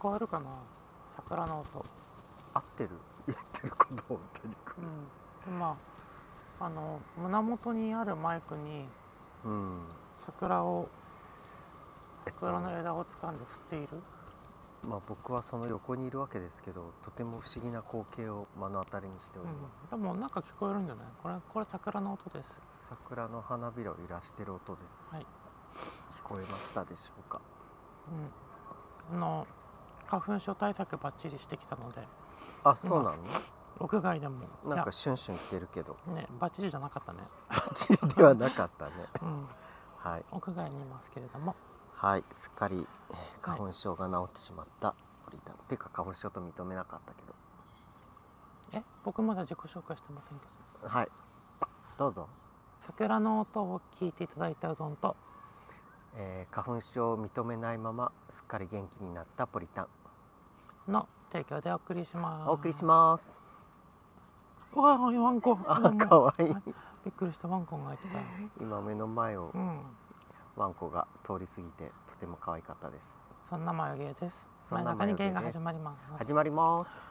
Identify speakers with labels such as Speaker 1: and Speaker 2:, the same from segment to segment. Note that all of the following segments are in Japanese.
Speaker 1: 変わるかな桜の音
Speaker 2: 合ってる言ってること本当にこ
Speaker 1: うんでまああの胸元にあるマイクに
Speaker 2: れうん
Speaker 1: 桜を
Speaker 2: えっと
Speaker 1: 桜の枝を掴んで振っている、
Speaker 2: まあ僕はその横にいるわけですけどとても不思議な光景を目の当たりにしてお
Speaker 1: う
Speaker 2: り
Speaker 1: ん
Speaker 2: ます、
Speaker 1: でもなんか聞こえるんじゃないこれこれ桜の音です
Speaker 2: 桜の花びらを揺らしてる音です、
Speaker 1: はい、
Speaker 2: 聞こえましたでしょうか
Speaker 1: うん、あの花粉症対策ばっちりしてきたので
Speaker 2: あそうなの、
Speaker 1: 屋外でもい
Speaker 2: なん
Speaker 1: や
Speaker 2: かシュンシュン言ってるけど
Speaker 1: ねバッチリじゃなかったね、
Speaker 2: バッチリではなかったね
Speaker 1: うん、
Speaker 2: はい
Speaker 1: 屋外にいますけれども
Speaker 2: はいすっかりえー花粉症が治ってしまったポリタンていうか花粉症と認めなかったけど
Speaker 1: え僕まだ自己紹介してませんけど
Speaker 2: はいどうぞ、
Speaker 1: 桜の音を聞いていただいたうどんと
Speaker 2: えー花粉症を認めないまますっかり元気になったポリタン
Speaker 1: の提供でお送りします
Speaker 2: お送りします
Speaker 1: すわあワンコ
Speaker 2: あ
Speaker 1: どうも
Speaker 2: かわ いい
Speaker 1: びっくりしたワンコがいてたよ
Speaker 2: 今目の前を
Speaker 1: うん
Speaker 2: ワンコが通り過ぎてとても可愛かったです
Speaker 1: そんな眉毛です
Speaker 2: そんな眉毛で
Speaker 1: 真ん中に芸
Speaker 2: す
Speaker 1: が始まります
Speaker 2: 始まります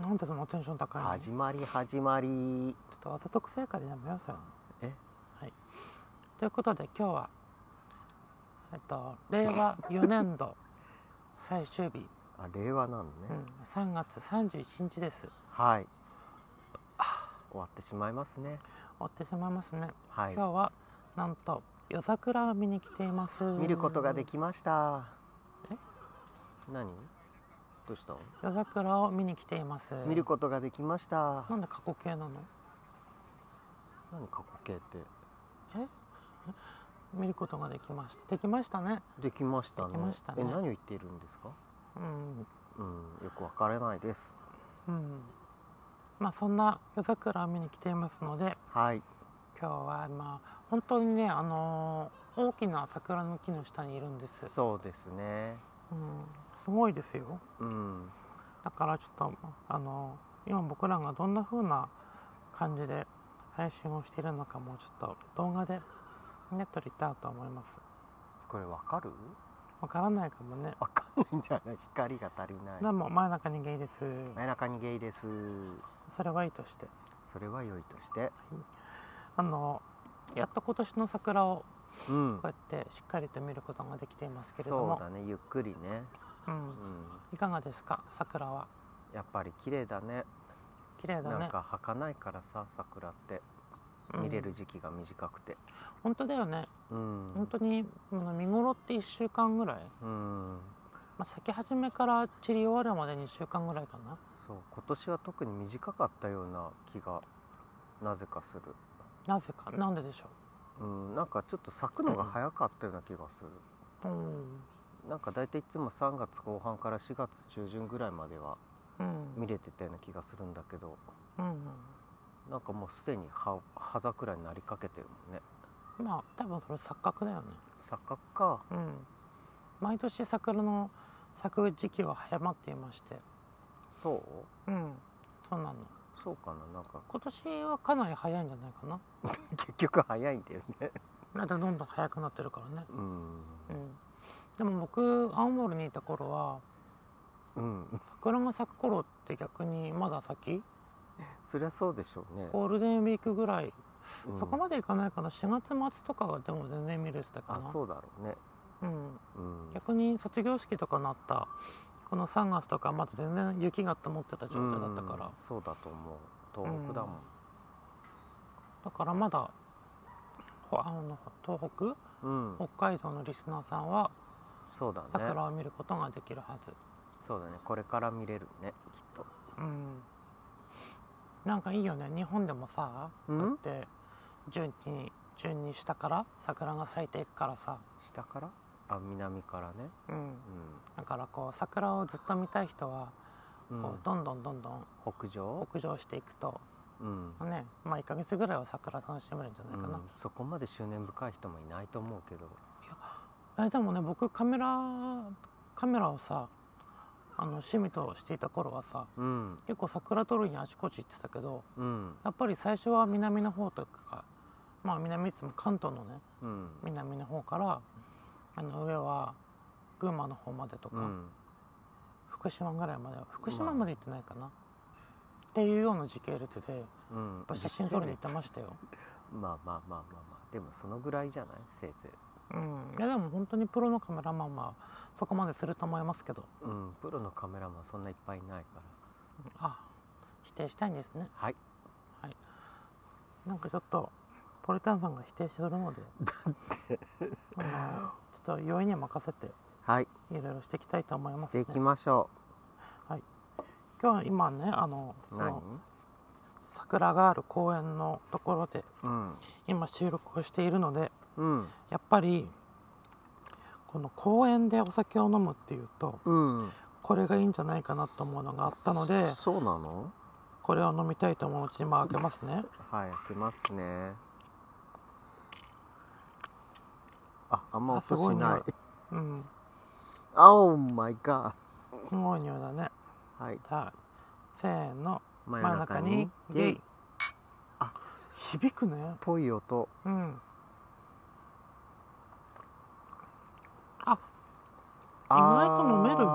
Speaker 1: なんでそのテンション高いの
Speaker 2: 始まり始まり
Speaker 1: ちょっとあざとくせえからやめようそれ
Speaker 2: え
Speaker 1: はい、ということで今日は、えっと、令和4年度最終日、
Speaker 2: あ令和なのね、
Speaker 1: うん、3月31日です
Speaker 2: はい終わってしまいますね
Speaker 1: 追ってしまいますね、
Speaker 2: はい
Speaker 1: 今日はなんと夜桜を見に来ています
Speaker 2: 見ることができました
Speaker 1: え
Speaker 2: 何どうしたの
Speaker 1: 夜桜を見に来ています
Speaker 2: 見ることができました
Speaker 1: なんで過去形なの
Speaker 2: 何過去形って
Speaker 1: え見ることができましたできましたね
Speaker 2: できましたね
Speaker 1: できましたね
Speaker 2: え何を言っているんですか
Speaker 1: うん
Speaker 2: うんよくわからないです
Speaker 1: うんまあそんな夜桜を見に来ていますので
Speaker 2: はい
Speaker 1: 今日はまあ本当にねあのー大きな桜の木の下にいるんです、
Speaker 2: そうですね
Speaker 1: うん、すごいですよ
Speaker 2: うん
Speaker 1: だからちょっとあのー今僕らがどんな風な感じで配信をしているのかもちょっと動画でね撮りたいと思います
Speaker 2: これわかる
Speaker 1: わからないかもね
Speaker 2: わかんないんじゃない光が足りない
Speaker 1: でも真夜中にゲイです
Speaker 2: 真夜中にゲイです
Speaker 1: それはいいとして
Speaker 2: それは良いとして
Speaker 1: あのやっと今年の桜を
Speaker 2: うん
Speaker 1: こうやってしっかりと見ることができていますけれど
Speaker 2: そう
Speaker 1: も
Speaker 2: だねゆっくりね
Speaker 1: う
Speaker 2: うんん
Speaker 1: いかがですか桜は
Speaker 2: やっぱり綺麗だね
Speaker 1: 綺麗だ
Speaker 2: な
Speaker 1: ね
Speaker 2: んか儚いからさ桜って
Speaker 1: うん
Speaker 2: 見れる時期が短くて
Speaker 1: 本当だよね、
Speaker 2: うん
Speaker 1: 本当にあの見頃って1週間ぐらい、
Speaker 2: うん
Speaker 1: まあ、咲き始めから散り終わるまで2週間ぐらいかな
Speaker 2: そう今年は特に短かったような気がなぜかする
Speaker 1: なぜかなんででしょ
Speaker 2: うんなんかちょっと咲くのが早かったような気がする
Speaker 1: ううん、
Speaker 2: なんか大体いつも3月後半から4月中旬ぐらいまでは
Speaker 1: うん
Speaker 2: 見れてたような気がするんだけど
Speaker 1: うん
Speaker 2: なんかもうすでに葉葉桜になりかけてるもんね
Speaker 1: うん、まあ多分それ錯覚だよね
Speaker 2: 錯覚か
Speaker 1: うん毎年桜の咲く時期は早まっていまして
Speaker 2: そう
Speaker 1: うんそうなの
Speaker 2: そうかななんか
Speaker 1: 今年はかなり早いんじゃないかな
Speaker 2: 結局早いんだよね
Speaker 1: だってどんどん早くなってるからね
Speaker 2: うん
Speaker 1: うんでも僕青森にいた頃は
Speaker 2: うん
Speaker 1: 桜が咲く頃って逆にまだ先
Speaker 2: そりゃそうでしょうね、
Speaker 1: ゴールデンウィークぐらい、
Speaker 2: うん
Speaker 1: そこまでいかないかな4月末とかがでも全然見れてたか
Speaker 2: あ
Speaker 1: な
Speaker 2: そうだろうね、
Speaker 1: うん、
Speaker 2: うん、
Speaker 1: 逆に卒業式とかなったこの3月とかまだ全然雪が積もってた状態だったから、
Speaker 2: うんそうだと思う東北だもん、
Speaker 1: だからまだほあの東北
Speaker 2: うん
Speaker 1: 北海道のリスナーさんは
Speaker 2: そうだね
Speaker 1: 桜を見ることができるはず、
Speaker 2: そうだねこれから見れるねきっと
Speaker 1: うん、なんかいいよね日本でもさ、
Speaker 2: うん
Speaker 1: だって順に順に下から桜が咲いていくからさ、
Speaker 2: 下からあ南からね
Speaker 1: うん、だからこう桜をずっと見たい人は
Speaker 2: うん、う
Speaker 1: こ
Speaker 2: ん
Speaker 1: う、どんどんどんどん
Speaker 2: 北上
Speaker 1: 北上していくと
Speaker 2: うん、
Speaker 1: ねまあ1ヶ月ぐらいは桜楽しめるんじゃないかな
Speaker 2: うん、そこまで執念深い人もいないと思うけど
Speaker 1: えでもね僕カメラカメラをさあの趣味としていた頃はさ
Speaker 2: うん
Speaker 1: 結構桜撮るにあちこち行ってたけど
Speaker 2: うん
Speaker 1: やっぱり最初は南の方とかまあ南いつも関東のね
Speaker 2: うん
Speaker 1: 南の方からあの上は群馬の方までとか、
Speaker 2: うん
Speaker 1: 福島ぐらいまでは福島まで行ってないかな、っていうような時系列でやっ
Speaker 2: うん
Speaker 1: ぱ写真撮りに行ってましたよ、
Speaker 2: まあまあまあまあまあでもそのぐらいじゃないせいぜい
Speaker 1: うん、いやでも本当にプロのカメラマンはそこまですると思いますけど
Speaker 2: うんプロのカメラマンそんないっぱいいないから
Speaker 1: あ否定したいんですね
Speaker 2: はい
Speaker 1: なんかちょっとポリタンさんが否定するのであのちょっと容易に任せて
Speaker 2: はい
Speaker 1: いろいろしていきたいと思いま
Speaker 2: し
Speaker 1: す、
Speaker 2: て
Speaker 1: ね
Speaker 2: い、きましょ
Speaker 1: 今日は今ねあの
Speaker 2: う
Speaker 1: そ
Speaker 2: 何
Speaker 1: の桜がある公園のところで
Speaker 2: うん
Speaker 1: 今収録をしているので
Speaker 2: うん
Speaker 1: やっぱりこの公園でお酒を飲むっていうと
Speaker 2: うん
Speaker 1: これがいいんじゃないかなと思うのがあったので
Speaker 2: そうなの
Speaker 1: これを飲みたいと思ううちにまあ開けますね
Speaker 2: はい開けますねああんま音しない
Speaker 1: あうん
Speaker 2: あおマイガ
Speaker 1: すごい匂いだね
Speaker 2: ーはい
Speaker 1: じゃあせーの
Speaker 2: 真
Speaker 1: 真夜中に
Speaker 2: ゲ
Speaker 1: ゲ
Speaker 2: イ
Speaker 1: イあ響くね
Speaker 2: ぽい音
Speaker 1: うんあ意
Speaker 2: 意
Speaker 1: 外と飲める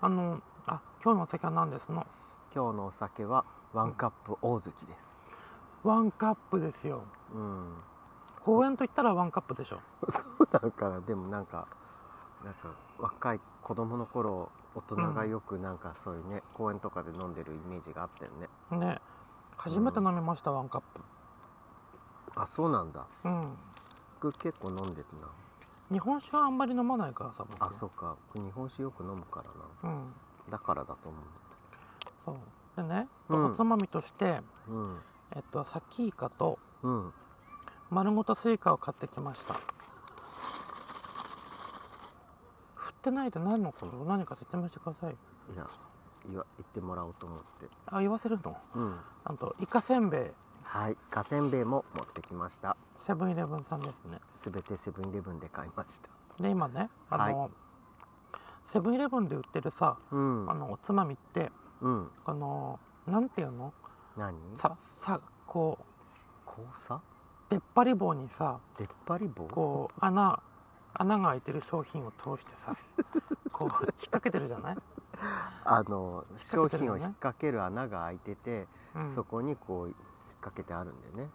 Speaker 1: あのあ今日のお酒は何ですの
Speaker 2: 今日のお酒はワンカップ大関です
Speaker 1: ワンカップですよ
Speaker 2: うん
Speaker 1: 公園といったらワンカップでしょ
Speaker 2: そうだからでもなんかなんか若い子供の頃大人がよくなんかそういうね、公園とかで飲んでるイメージがあったよね
Speaker 1: ね初めて飲みました、ワンカッ
Speaker 2: あそうなんだ
Speaker 1: プうん
Speaker 2: 僕結構飲んでるな
Speaker 1: 日本酒はあんまり飲まないからさ僕
Speaker 2: あそうか僕日本酒よく飲むからな
Speaker 1: うん
Speaker 2: だからだと思
Speaker 1: そうでね、
Speaker 2: うん
Speaker 1: おつまみとして
Speaker 2: うんだ
Speaker 1: えっとサキイカと
Speaker 2: うんうん
Speaker 1: 丸ごとスイカを買ってきました振ってないで何のこと何か説明してください
Speaker 2: いや言わ言ってもらおうと思って
Speaker 1: あ言わせるの
Speaker 2: うん
Speaker 1: あとイカせんべい
Speaker 2: はいガせんべいも持ってきました
Speaker 1: セブンイレブンさんですね
Speaker 2: すべてセブンイレブンで買いました
Speaker 1: で今ねあの、セブンイレブンで売ってるさ、
Speaker 2: うん
Speaker 1: あのおつまみって
Speaker 2: うん
Speaker 1: このなんていうの
Speaker 2: 何
Speaker 1: ささこう
Speaker 2: 交差
Speaker 1: 出っ張り棒にさ
Speaker 2: 出っ張り棒
Speaker 1: こう穴穴が開いてる商品を通して さこう引っ掛けてるじゃない、
Speaker 2: あの
Speaker 1: 掛
Speaker 2: 商
Speaker 1: けてる
Speaker 2: 品
Speaker 1: よ
Speaker 2: を
Speaker 1: ね
Speaker 2: 引っ掛ける穴が開いてて、
Speaker 1: うん
Speaker 2: そこにこう引っ掛けてあるんだよね、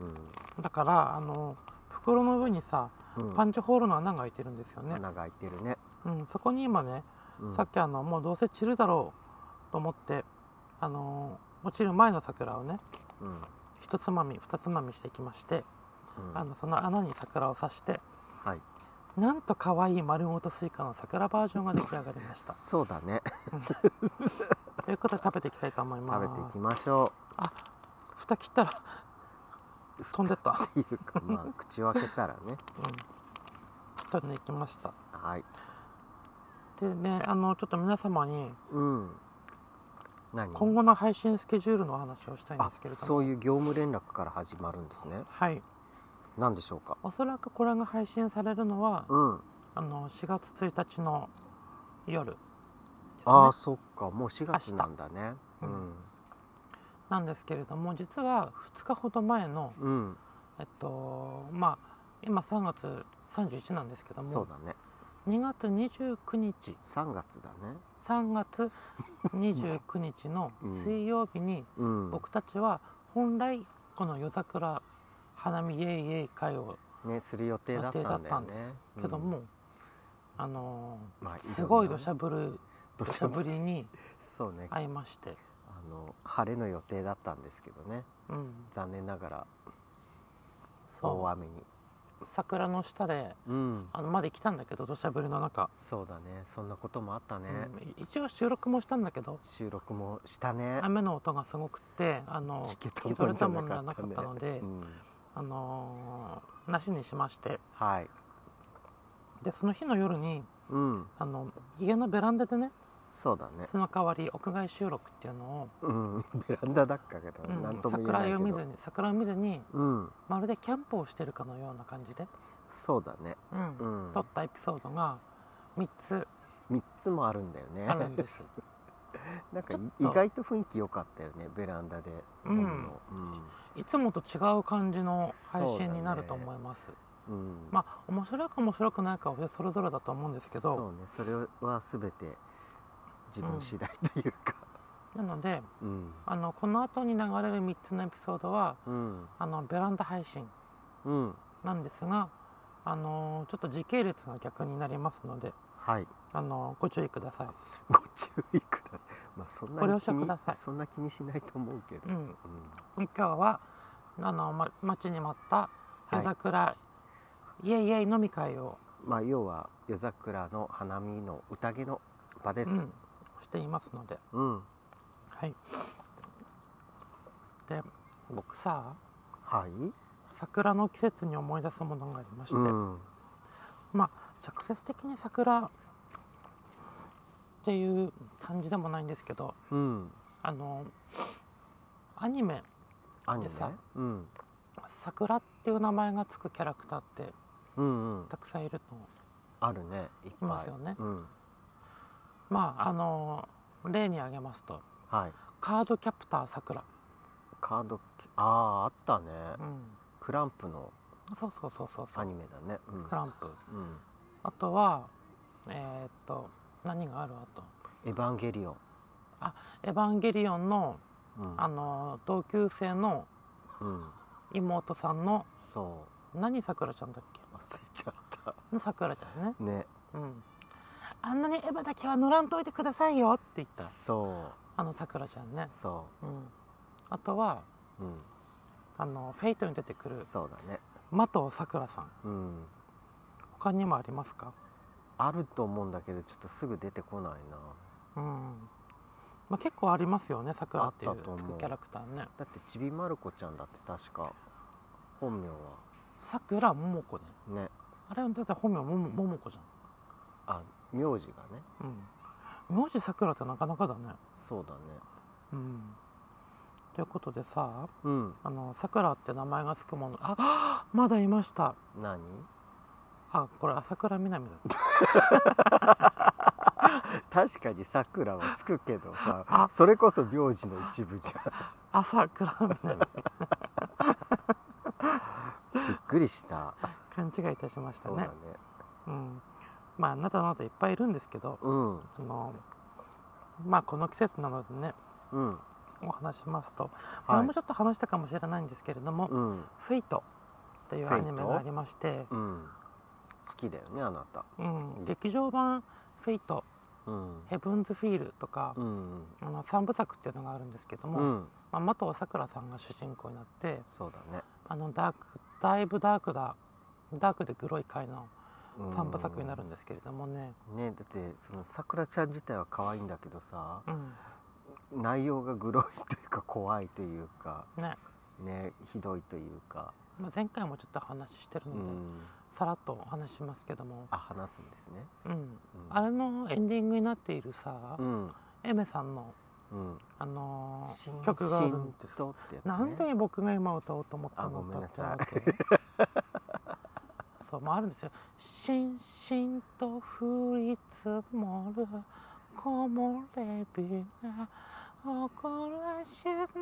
Speaker 1: う、
Speaker 2: うん
Speaker 1: だからあの袋の上にさ
Speaker 2: んうん、
Speaker 1: パンチホールの穴が開いてるんですよね、
Speaker 2: 穴が開いてるね、
Speaker 1: うん、そこに今ね、
Speaker 2: うん
Speaker 1: さっきあのもうどうせ散るだろうと思ってあの落ちる前の桜をね
Speaker 2: うんうん
Speaker 1: 一つまみ二つまみしてきまして、あのその穴に桜を刺して
Speaker 2: はい、
Speaker 1: なんと可愛い丸ごとスイカの桜バージョンが出来上がりまし
Speaker 2: そうだね
Speaker 1: たということで食べていきたいと思います
Speaker 2: 食べていきましょ
Speaker 1: 蓋切ったら 飛んでった、
Speaker 2: うっていうかまあ口を開けたらね
Speaker 1: うん、飛んでいきました
Speaker 2: はい
Speaker 1: でねあのちょっと皆様に
Speaker 2: うん何
Speaker 1: 今後の配信スケジュールのお話をしたいん
Speaker 2: あ
Speaker 1: ですけれども
Speaker 2: そういう業務連絡から始まるんですね
Speaker 1: はい
Speaker 2: 何でしょうか
Speaker 1: おそらくこれが配信されるのは
Speaker 2: うん、
Speaker 1: あの4月1日の夜
Speaker 2: ああそっかもう4月なんだねう
Speaker 1: 明日
Speaker 2: ん
Speaker 1: なんですけれども実は2日ほど前の
Speaker 2: うん、
Speaker 1: えっとまあ今3月31なんですけど
Speaker 2: そ
Speaker 1: も
Speaker 2: うだね
Speaker 1: 2月29日
Speaker 2: 3月だね
Speaker 1: 3月29日の水曜日に
Speaker 2: うん
Speaker 1: 僕たちは本来この夜桜花見イエイイエイ会を
Speaker 2: ねする予定だ
Speaker 1: 予
Speaker 2: っ
Speaker 1: 定
Speaker 2: た
Speaker 1: だっ
Speaker 2: んだ
Speaker 1: た
Speaker 2: よ
Speaker 1: ん
Speaker 2: ね
Speaker 1: ですけども、あのー
Speaker 2: まあいろんな
Speaker 1: すごい土砂降る
Speaker 2: 土
Speaker 1: 土砂
Speaker 2: 砂降
Speaker 1: 降りに
Speaker 2: そうね、
Speaker 1: 会いま して、
Speaker 2: あの晴れの予定だったんですけどね
Speaker 1: うん、
Speaker 2: 残念ながら大
Speaker 1: そ
Speaker 2: 雨に
Speaker 1: う桜の下で
Speaker 2: うん
Speaker 1: あのまで来たんだけど土砂降りの中、
Speaker 2: そうだねそんなこともあったね、
Speaker 1: うん一応収録もしたんだけど
Speaker 2: 収録もしたね
Speaker 1: 雨の音がすごくてあの
Speaker 2: 聞けた
Speaker 1: 聞こ
Speaker 2: も
Speaker 1: え
Speaker 2: んじ
Speaker 1: た
Speaker 2: ゃ
Speaker 1: ものが
Speaker 2: な
Speaker 1: な
Speaker 2: か
Speaker 1: か
Speaker 2: った
Speaker 1: っ
Speaker 2: ね
Speaker 1: たので、
Speaker 2: うん、
Speaker 1: あのーなしにしまして
Speaker 2: はい
Speaker 1: でその日の夜に
Speaker 2: うん
Speaker 1: あの家のベランダでね
Speaker 2: そうだね
Speaker 1: その代わり屋外収録っていうのを
Speaker 2: うん ベランダだっかけど、
Speaker 1: うん
Speaker 2: なんとも言えな
Speaker 1: 桜
Speaker 2: いけ
Speaker 1: を見ず
Speaker 2: ど
Speaker 1: に桜を見ずに
Speaker 2: うん
Speaker 1: まるでキャンプをしてるかのような感じで、
Speaker 2: そうだね
Speaker 1: うん
Speaker 2: うん
Speaker 1: 撮ったエピソードが3つ
Speaker 2: 3つもあるんだよね
Speaker 1: あるんです
Speaker 2: なんか
Speaker 1: ち
Speaker 2: い
Speaker 1: ょっと
Speaker 2: 意外と雰囲気良かったよねベランダで飲むの、うん
Speaker 1: いつもと違う感じの配信になると思います、
Speaker 2: うん
Speaker 1: まあ面白いか面白くないかはそれぞれだと思うんですけ
Speaker 2: そ
Speaker 1: ど
Speaker 2: うねそれは全て自分次第というか
Speaker 1: なので
Speaker 2: うん
Speaker 1: あのこの後に流れる3つのエピソードは
Speaker 2: うん
Speaker 1: あのベランダ配信
Speaker 2: うん
Speaker 1: なんですがあのちょっと時系列が逆になりますので
Speaker 2: はい
Speaker 1: あのご注意くださ
Speaker 2: ご注意くださいまあそんな
Speaker 1: ご了
Speaker 2: に
Speaker 1: 承
Speaker 2: 気
Speaker 1: く
Speaker 2: に
Speaker 1: ださい
Speaker 2: そんな気にしないと思うけど
Speaker 1: い、うん、
Speaker 2: うん
Speaker 1: 今日はあの、ま、待ちに待った夜桜、イエイイエイ飲み会を、
Speaker 2: まあ要は夜桜の花見の宴の場
Speaker 1: う
Speaker 2: で
Speaker 1: ん
Speaker 2: す
Speaker 1: していますので
Speaker 2: うん、
Speaker 1: はいで僕さ
Speaker 2: はい
Speaker 1: 桜の季節に思い出すものがありまして、
Speaker 2: うん
Speaker 1: まあ直接的に桜っていう感じでもないんですけど
Speaker 2: うん
Speaker 1: あのアニメ
Speaker 2: アニメ
Speaker 1: でさ
Speaker 2: うん
Speaker 1: 桜っていう名前がつくキャラクターって
Speaker 2: うんうん
Speaker 1: たくさんいると
Speaker 2: あるねいっ
Speaker 1: いま
Speaker 2: ぱ
Speaker 1: す
Speaker 2: い
Speaker 1: よね
Speaker 2: うん
Speaker 1: まああの例に挙げますと
Speaker 2: はい
Speaker 1: カードキャプターさくら、
Speaker 2: カードああーあったね
Speaker 1: うん、
Speaker 2: クランプの
Speaker 1: そうそうそうそうそ
Speaker 2: ア
Speaker 1: う
Speaker 2: ニメだねうん
Speaker 1: クランプ
Speaker 2: うん
Speaker 1: あとはえーっと何があるあと
Speaker 2: エヴァンゲリオン
Speaker 1: 「エヴァンゲリオンの」
Speaker 2: うん
Speaker 1: あの同級生の
Speaker 2: うん
Speaker 1: 妹さんの
Speaker 2: そう
Speaker 1: 何さくらちゃんだっけ
Speaker 2: 忘れちゃっ
Speaker 1: のさくらちゃんね、
Speaker 2: たね
Speaker 1: うん、あんなにエヴァだけは乗らんといてくださいよって言った
Speaker 2: そ
Speaker 1: あのさくらちゃんね
Speaker 2: う、そ
Speaker 1: うん、あとは
Speaker 2: ううん
Speaker 1: あのフェイトに出てくる
Speaker 2: そうだね
Speaker 1: 麻藤さくらさん
Speaker 2: うん
Speaker 1: 他にもありますか
Speaker 2: あると思うんだけどちょっとすぐ出てこないな
Speaker 1: うんまあ、結構ありますよねさくらってい
Speaker 2: あ
Speaker 1: う
Speaker 2: ったと思う
Speaker 1: キャラクターね
Speaker 2: だってちびまる子ちゃんだって確か本名は
Speaker 1: さくらももこね
Speaker 2: ね
Speaker 1: あれだって本名ももももこじ
Speaker 2: あ名字がね
Speaker 1: ゃん、うん、名字さくらってなかなかだね
Speaker 2: そうだね
Speaker 1: うんということでさ
Speaker 2: うん
Speaker 1: あのさくらって名前がつくものあ まだいました
Speaker 2: 何
Speaker 1: あこれ朝倉みなみだ った
Speaker 2: 確かにさくらはつくけどさ
Speaker 1: あ
Speaker 2: それこそ名字の一部じゃ
Speaker 1: 朝倉みなみ
Speaker 2: んびっくりした
Speaker 1: 勘違いいたしました
Speaker 2: そう
Speaker 1: ね
Speaker 2: だね
Speaker 1: うんまああなたのあなたいっぱいいるんですけど
Speaker 2: うん
Speaker 1: あのまあこの季節なのでね
Speaker 2: うん
Speaker 1: お話しますと、
Speaker 2: い
Speaker 1: 前もちょっと話したかもしれないんですけれども「
Speaker 2: うん
Speaker 1: フェイト」というアニメがありまして、
Speaker 2: うん好きだよねあなた
Speaker 1: うん、劇場版「フェイト」
Speaker 2: うん
Speaker 1: 「ヘブンズ・フィール」とか、
Speaker 2: うん
Speaker 1: あの3部作っていうのがあるんですけども、
Speaker 2: うん
Speaker 1: まあ、的尾さくらさんが主人公になって
Speaker 2: そうだね
Speaker 1: あのダークだいぶダークだダークでグロい回の
Speaker 2: うん
Speaker 1: 3部作になるんですけれどもね、
Speaker 2: ねだってそのさくらちゃん自体は可愛いんだけどさ
Speaker 1: うん
Speaker 2: 内容がグロいというか怖いというか
Speaker 1: ね
Speaker 2: ねひどいというか、
Speaker 1: まあ、前回もちょっと話してる
Speaker 2: う
Speaker 1: ので、
Speaker 2: ん、
Speaker 1: さらっとお話ししますけども、
Speaker 2: あ話すんですね、
Speaker 1: うん、
Speaker 2: うん、
Speaker 1: あれのエンディングになっているさ、
Speaker 2: うん
Speaker 1: エメさんの
Speaker 2: うん
Speaker 1: あのー
Speaker 2: しん
Speaker 1: 曲があるんです
Speaker 2: しとってやつ、ね、
Speaker 1: なんで僕が今歌おうと思った
Speaker 2: あご
Speaker 1: の
Speaker 2: め
Speaker 1: だ
Speaker 2: ん
Speaker 1: っ
Speaker 2: な
Speaker 1: て
Speaker 2: さい
Speaker 1: わけそうまああるんですよ「しんしんと降り積もる木漏れ日が誇らしなく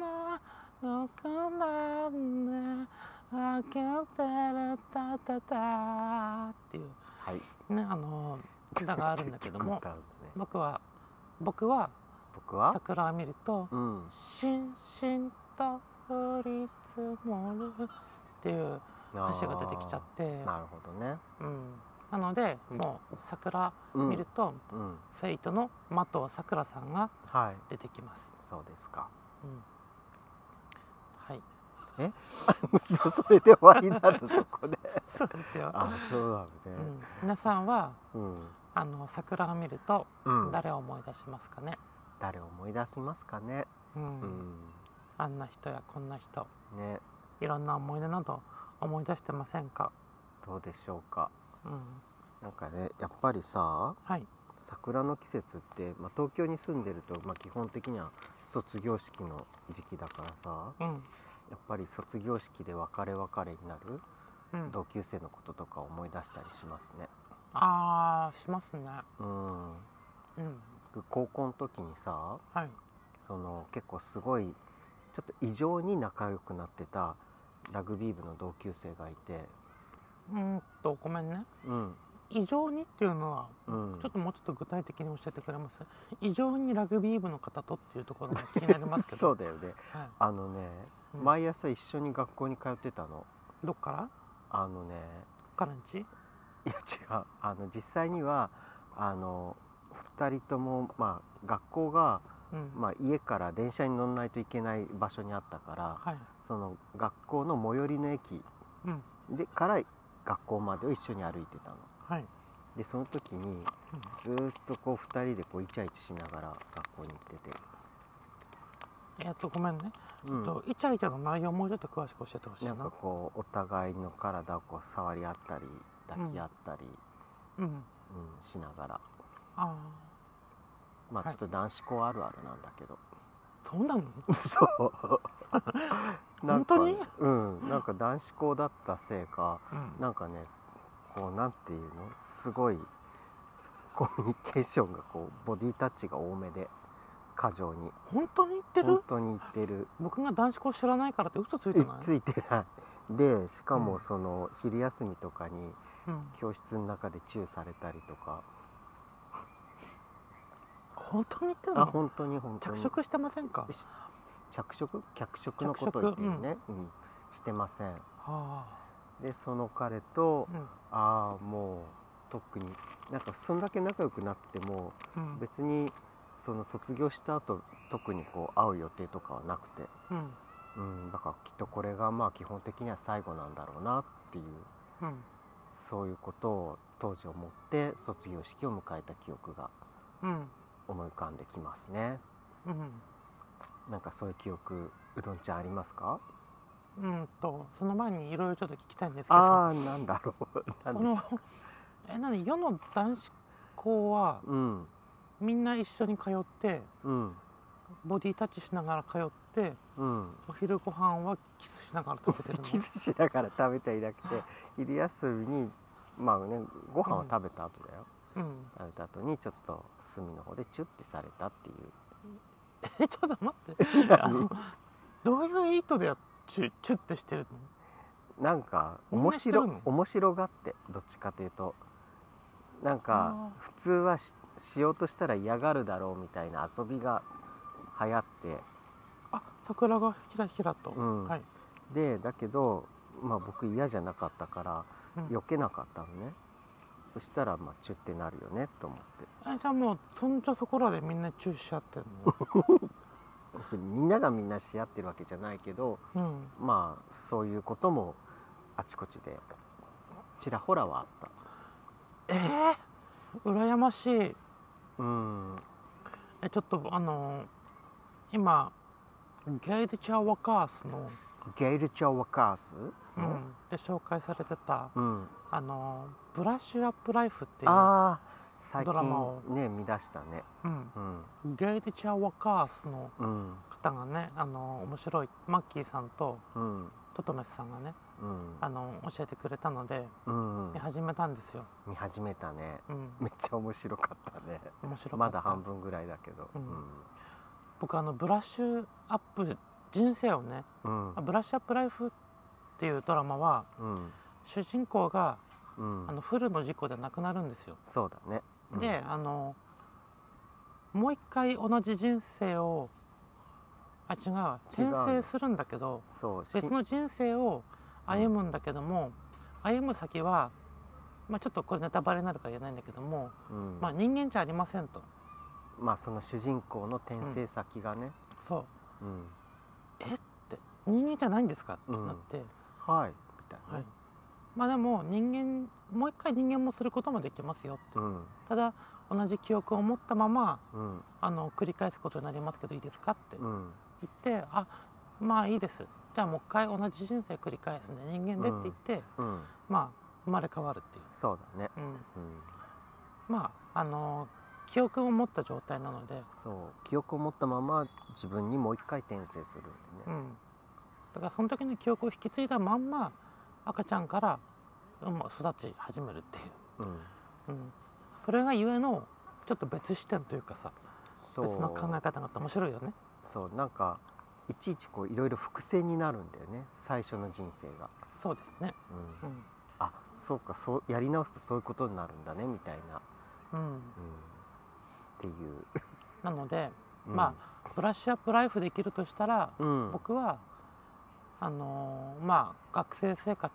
Speaker 1: なんで開けてるたたた」っていう
Speaker 2: はい
Speaker 1: ねあのー歌があるんだ けども
Speaker 2: 歌うんだね、
Speaker 1: 僕は僕は
Speaker 2: 僕は
Speaker 1: 桜を見ると「
Speaker 2: うん
Speaker 1: しんしんと降り積もるっていう歌詞が出てきちゃって
Speaker 2: あーなるほどね
Speaker 1: うん、なのでもう桜
Speaker 2: うん
Speaker 1: 見ると、
Speaker 2: うん
Speaker 1: フェイトの的尾さくらさんが
Speaker 2: はい
Speaker 1: 出てきます、
Speaker 2: そうですか
Speaker 1: うん、はい
Speaker 2: え嘘それで終わりなんだそこで
Speaker 1: そうですよ、
Speaker 2: あそうだ
Speaker 1: う
Speaker 2: ね
Speaker 1: ん、皆さんは
Speaker 2: うん、
Speaker 1: あの桜を見ると
Speaker 2: うん
Speaker 1: 誰を思い出しますかね、
Speaker 2: 誰を思い出しますかね
Speaker 1: うん
Speaker 2: うん
Speaker 1: あんな人やこんな人
Speaker 2: ね
Speaker 1: いろんな思い出など思い出してませんか、
Speaker 2: どうでしょうか
Speaker 1: うん、
Speaker 2: なんかねやっぱりさ
Speaker 1: はい
Speaker 2: 桜の季節って、まあ、東京に住んでると、まあ、基本的には卒業式の時期だからさ
Speaker 1: うん
Speaker 2: やっぱり卒業式で別れ別れになる
Speaker 1: うん、
Speaker 2: 同級生のこととか思い出したりしますね。
Speaker 1: ああしますね
Speaker 2: うん
Speaker 1: うん
Speaker 2: 高校の時にさ
Speaker 1: はい
Speaker 2: その結構すごいちょっと異常に仲良くなってたラグビー部の同級生がいて
Speaker 1: うんとごめんね
Speaker 2: うん
Speaker 1: 異常にっていうのは、
Speaker 2: うん
Speaker 1: ちょっともうちょっと具体的に教えてくれます異常にラグビー部の方とっていうところが気になりますけど
Speaker 2: そうだよね
Speaker 1: はい
Speaker 2: あのね、
Speaker 1: うん
Speaker 2: 毎朝一緒に学校に通ってたの
Speaker 1: どっから
Speaker 2: あのね
Speaker 1: カランチ
Speaker 2: いや違うあの実際にはあの2人とも、まあ、学校が、
Speaker 1: うん、
Speaker 2: まあ、家から電車に乗らないといけない場所にあったから
Speaker 1: はい、
Speaker 2: その学校の最寄りの駅
Speaker 1: うん、
Speaker 2: でから学校までを一緒に歩いてたの。
Speaker 1: はい、
Speaker 2: でその時にずーっとこう2人でこうイチャイチャしながら学校に行ってて、
Speaker 1: えっとごめんね、
Speaker 2: う
Speaker 1: えっとイチャイチャの内容もうちょっと詳しく教えてほしい
Speaker 2: な
Speaker 1: なん
Speaker 2: かこうお互いの体をこう触り合ったり抱き合ったり、
Speaker 1: うん
Speaker 2: うんしながら
Speaker 1: あ
Speaker 2: まあ
Speaker 1: はい
Speaker 2: ちょっと男子校あるあるなんだけど、
Speaker 1: あそうなの
Speaker 2: そうなんか
Speaker 1: 本
Speaker 2: うんなんか男子校だったせいか
Speaker 1: うん
Speaker 2: なんかねこうなんていうのすごいコミュニケーションがこうボディタッチが多めで過剰に
Speaker 1: 本当に言って
Speaker 2: 本
Speaker 1: る
Speaker 2: 当にいってる
Speaker 1: 僕が男子校知らないからって嘘ついてない
Speaker 2: ついてないでしか
Speaker 1: う
Speaker 2: も
Speaker 1: ん
Speaker 2: その昼休みとかに
Speaker 1: うん、
Speaker 2: 教室の中でチューされたりとか、
Speaker 1: 本当に言ってる
Speaker 2: あ
Speaker 1: の
Speaker 2: 本当に本当に
Speaker 1: 着色してませんか
Speaker 2: し着色脚色のことを言ってるね、うんしてません
Speaker 1: は
Speaker 2: でその彼と、
Speaker 1: あうん
Speaker 2: ああもう特になんかそんだけ仲良くなってても
Speaker 1: うん
Speaker 2: 別にその卒業した後特にこう会う予定とかはなくて、
Speaker 1: うん
Speaker 2: うん、だからきっとこれがまあ基本的には最後なんだろうなっていう
Speaker 1: うん
Speaker 2: そういうことを当時思って卒業式を迎えた記憶が
Speaker 1: うん
Speaker 2: 思い浮かんできますね
Speaker 1: うん
Speaker 2: なんかそういう記憶うどんちゃんありますか
Speaker 1: うんとその前にいろいろちょっと聞きたいんですけど
Speaker 2: ああなんだろう なん
Speaker 1: こ
Speaker 2: でしょ
Speaker 1: のえ何世の男子校は
Speaker 2: ううん
Speaker 1: みんな一緒に通って
Speaker 2: うん
Speaker 1: ボディタッチしながら通って
Speaker 2: うん
Speaker 1: お昼ご飯はキスしながら食べてるの
Speaker 2: キスしながら食べてはいなくて昼休みにまあねご飯を食べた後だよ、
Speaker 1: うん、
Speaker 2: 食べた後にちょっと隅の方でチュッてされたっていう
Speaker 1: えちょっと待って あのどういう意図でチュチュッてしてる
Speaker 2: なんか
Speaker 1: みんな
Speaker 2: 面
Speaker 1: してるの
Speaker 2: 白面白がってどっちかというとなんか
Speaker 1: あ
Speaker 2: 普通はししようとしたら嫌がるだろうみたいな遊びが流行って
Speaker 1: のあ桜がひらひらと、
Speaker 2: うん
Speaker 1: はい、
Speaker 2: でだけど、まあ、僕嫌じゃなかったから
Speaker 1: うん
Speaker 2: 避けなかったのね、そしたらまあチュってなるよねと思って
Speaker 1: えじゃあもうそんじょそこらでみんなチューしちゃってる
Speaker 2: でみんながみんなし合ってるわけじゃないけど
Speaker 1: の、うん、
Speaker 2: まあそういうこともあちこちでちらほらはあっ
Speaker 1: えー、羨ましい
Speaker 2: たうん
Speaker 1: えちょっとあの今ゲイデチャーワカースの、
Speaker 2: ゲイルチャワカース
Speaker 1: う
Speaker 2: の、
Speaker 1: ん、で紹介されてた
Speaker 2: うん、
Speaker 1: あのブラッシュアップライフっていう、
Speaker 2: ああ最
Speaker 1: ドラマを
Speaker 2: 近ね見出したね
Speaker 1: うん、
Speaker 2: うん
Speaker 1: ゲイデチャーワカースの
Speaker 2: うん
Speaker 1: 方がねあの面白いマッキーさんと
Speaker 2: うん
Speaker 1: トトメスさんがね
Speaker 2: うん
Speaker 1: あの教えてくれたので
Speaker 2: うん
Speaker 1: 見始めたんですよ、
Speaker 2: 見始めたね
Speaker 1: うん、
Speaker 2: めっちゃ面白かったね
Speaker 1: 面白かった
Speaker 2: まだ半分ぐらいだけど
Speaker 1: う
Speaker 2: うんん
Speaker 1: 僕あのブラッシュアップ人生をね
Speaker 2: うん
Speaker 1: あブラッシュアップライフっていうドラマは
Speaker 2: うん
Speaker 1: 主人公が
Speaker 2: うん
Speaker 1: あのフルの事故で亡くなるんですよ、
Speaker 2: そうだねうん
Speaker 1: であのもう一回同じ人生をあ違う
Speaker 2: 違う
Speaker 1: 転
Speaker 2: の
Speaker 1: 生するんだけど
Speaker 2: そうし
Speaker 1: 別の人生を歩むんだけども、歩む先は、まあ、ちょっとこれネタバレになるから言えないんだけども、
Speaker 2: うん
Speaker 1: まあ、人間じゃありませんと
Speaker 2: まあその主人公の転生先がね
Speaker 1: そう
Speaker 2: うん
Speaker 1: えって人間じゃないんですかってなって、
Speaker 2: はいみたいな
Speaker 1: はい
Speaker 2: ね、
Speaker 1: まあでも人間もう一回人間もすることもできますよって
Speaker 2: うん
Speaker 1: ただ同じ記憶を持ったまま
Speaker 2: うん
Speaker 1: あの繰り返すことになりますけどいいですかって
Speaker 2: うん
Speaker 1: 言って、あまあいいですじゃあもう一回同じ人生繰り返すね人間でって言って、
Speaker 2: うん
Speaker 1: まあ生まれ変わるってい
Speaker 2: そうだね
Speaker 1: う、うん、
Speaker 2: うん
Speaker 1: まああの記憶を持った状態なので、
Speaker 2: そう記憶を持ったまま自分にもう一回転生するん
Speaker 1: う
Speaker 2: でね
Speaker 1: ん、だからその時の記憶を引き継いだまんま赤ちゃんからうん育ち始めるっていう。
Speaker 2: うん
Speaker 1: うん、それがゆえのちょっと別視点というかさ
Speaker 2: そう
Speaker 1: 別の考え方があって面白いよね
Speaker 2: そうなんかいちいちこういろいろ伏線になるんだよね最初の人生が、
Speaker 1: そうですね、
Speaker 2: うん
Speaker 1: うん、
Speaker 2: あそうかそうやり直すとそういうことになるんだねみたいな、
Speaker 1: うん、
Speaker 2: うん、っていう、
Speaker 1: なので、
Speaker 2: うん
Speaker 1: まあブラッシュアップライフできるとしたら、
Speaker 2: うん
Speaker 1: 僕はあのーまあ学生生活、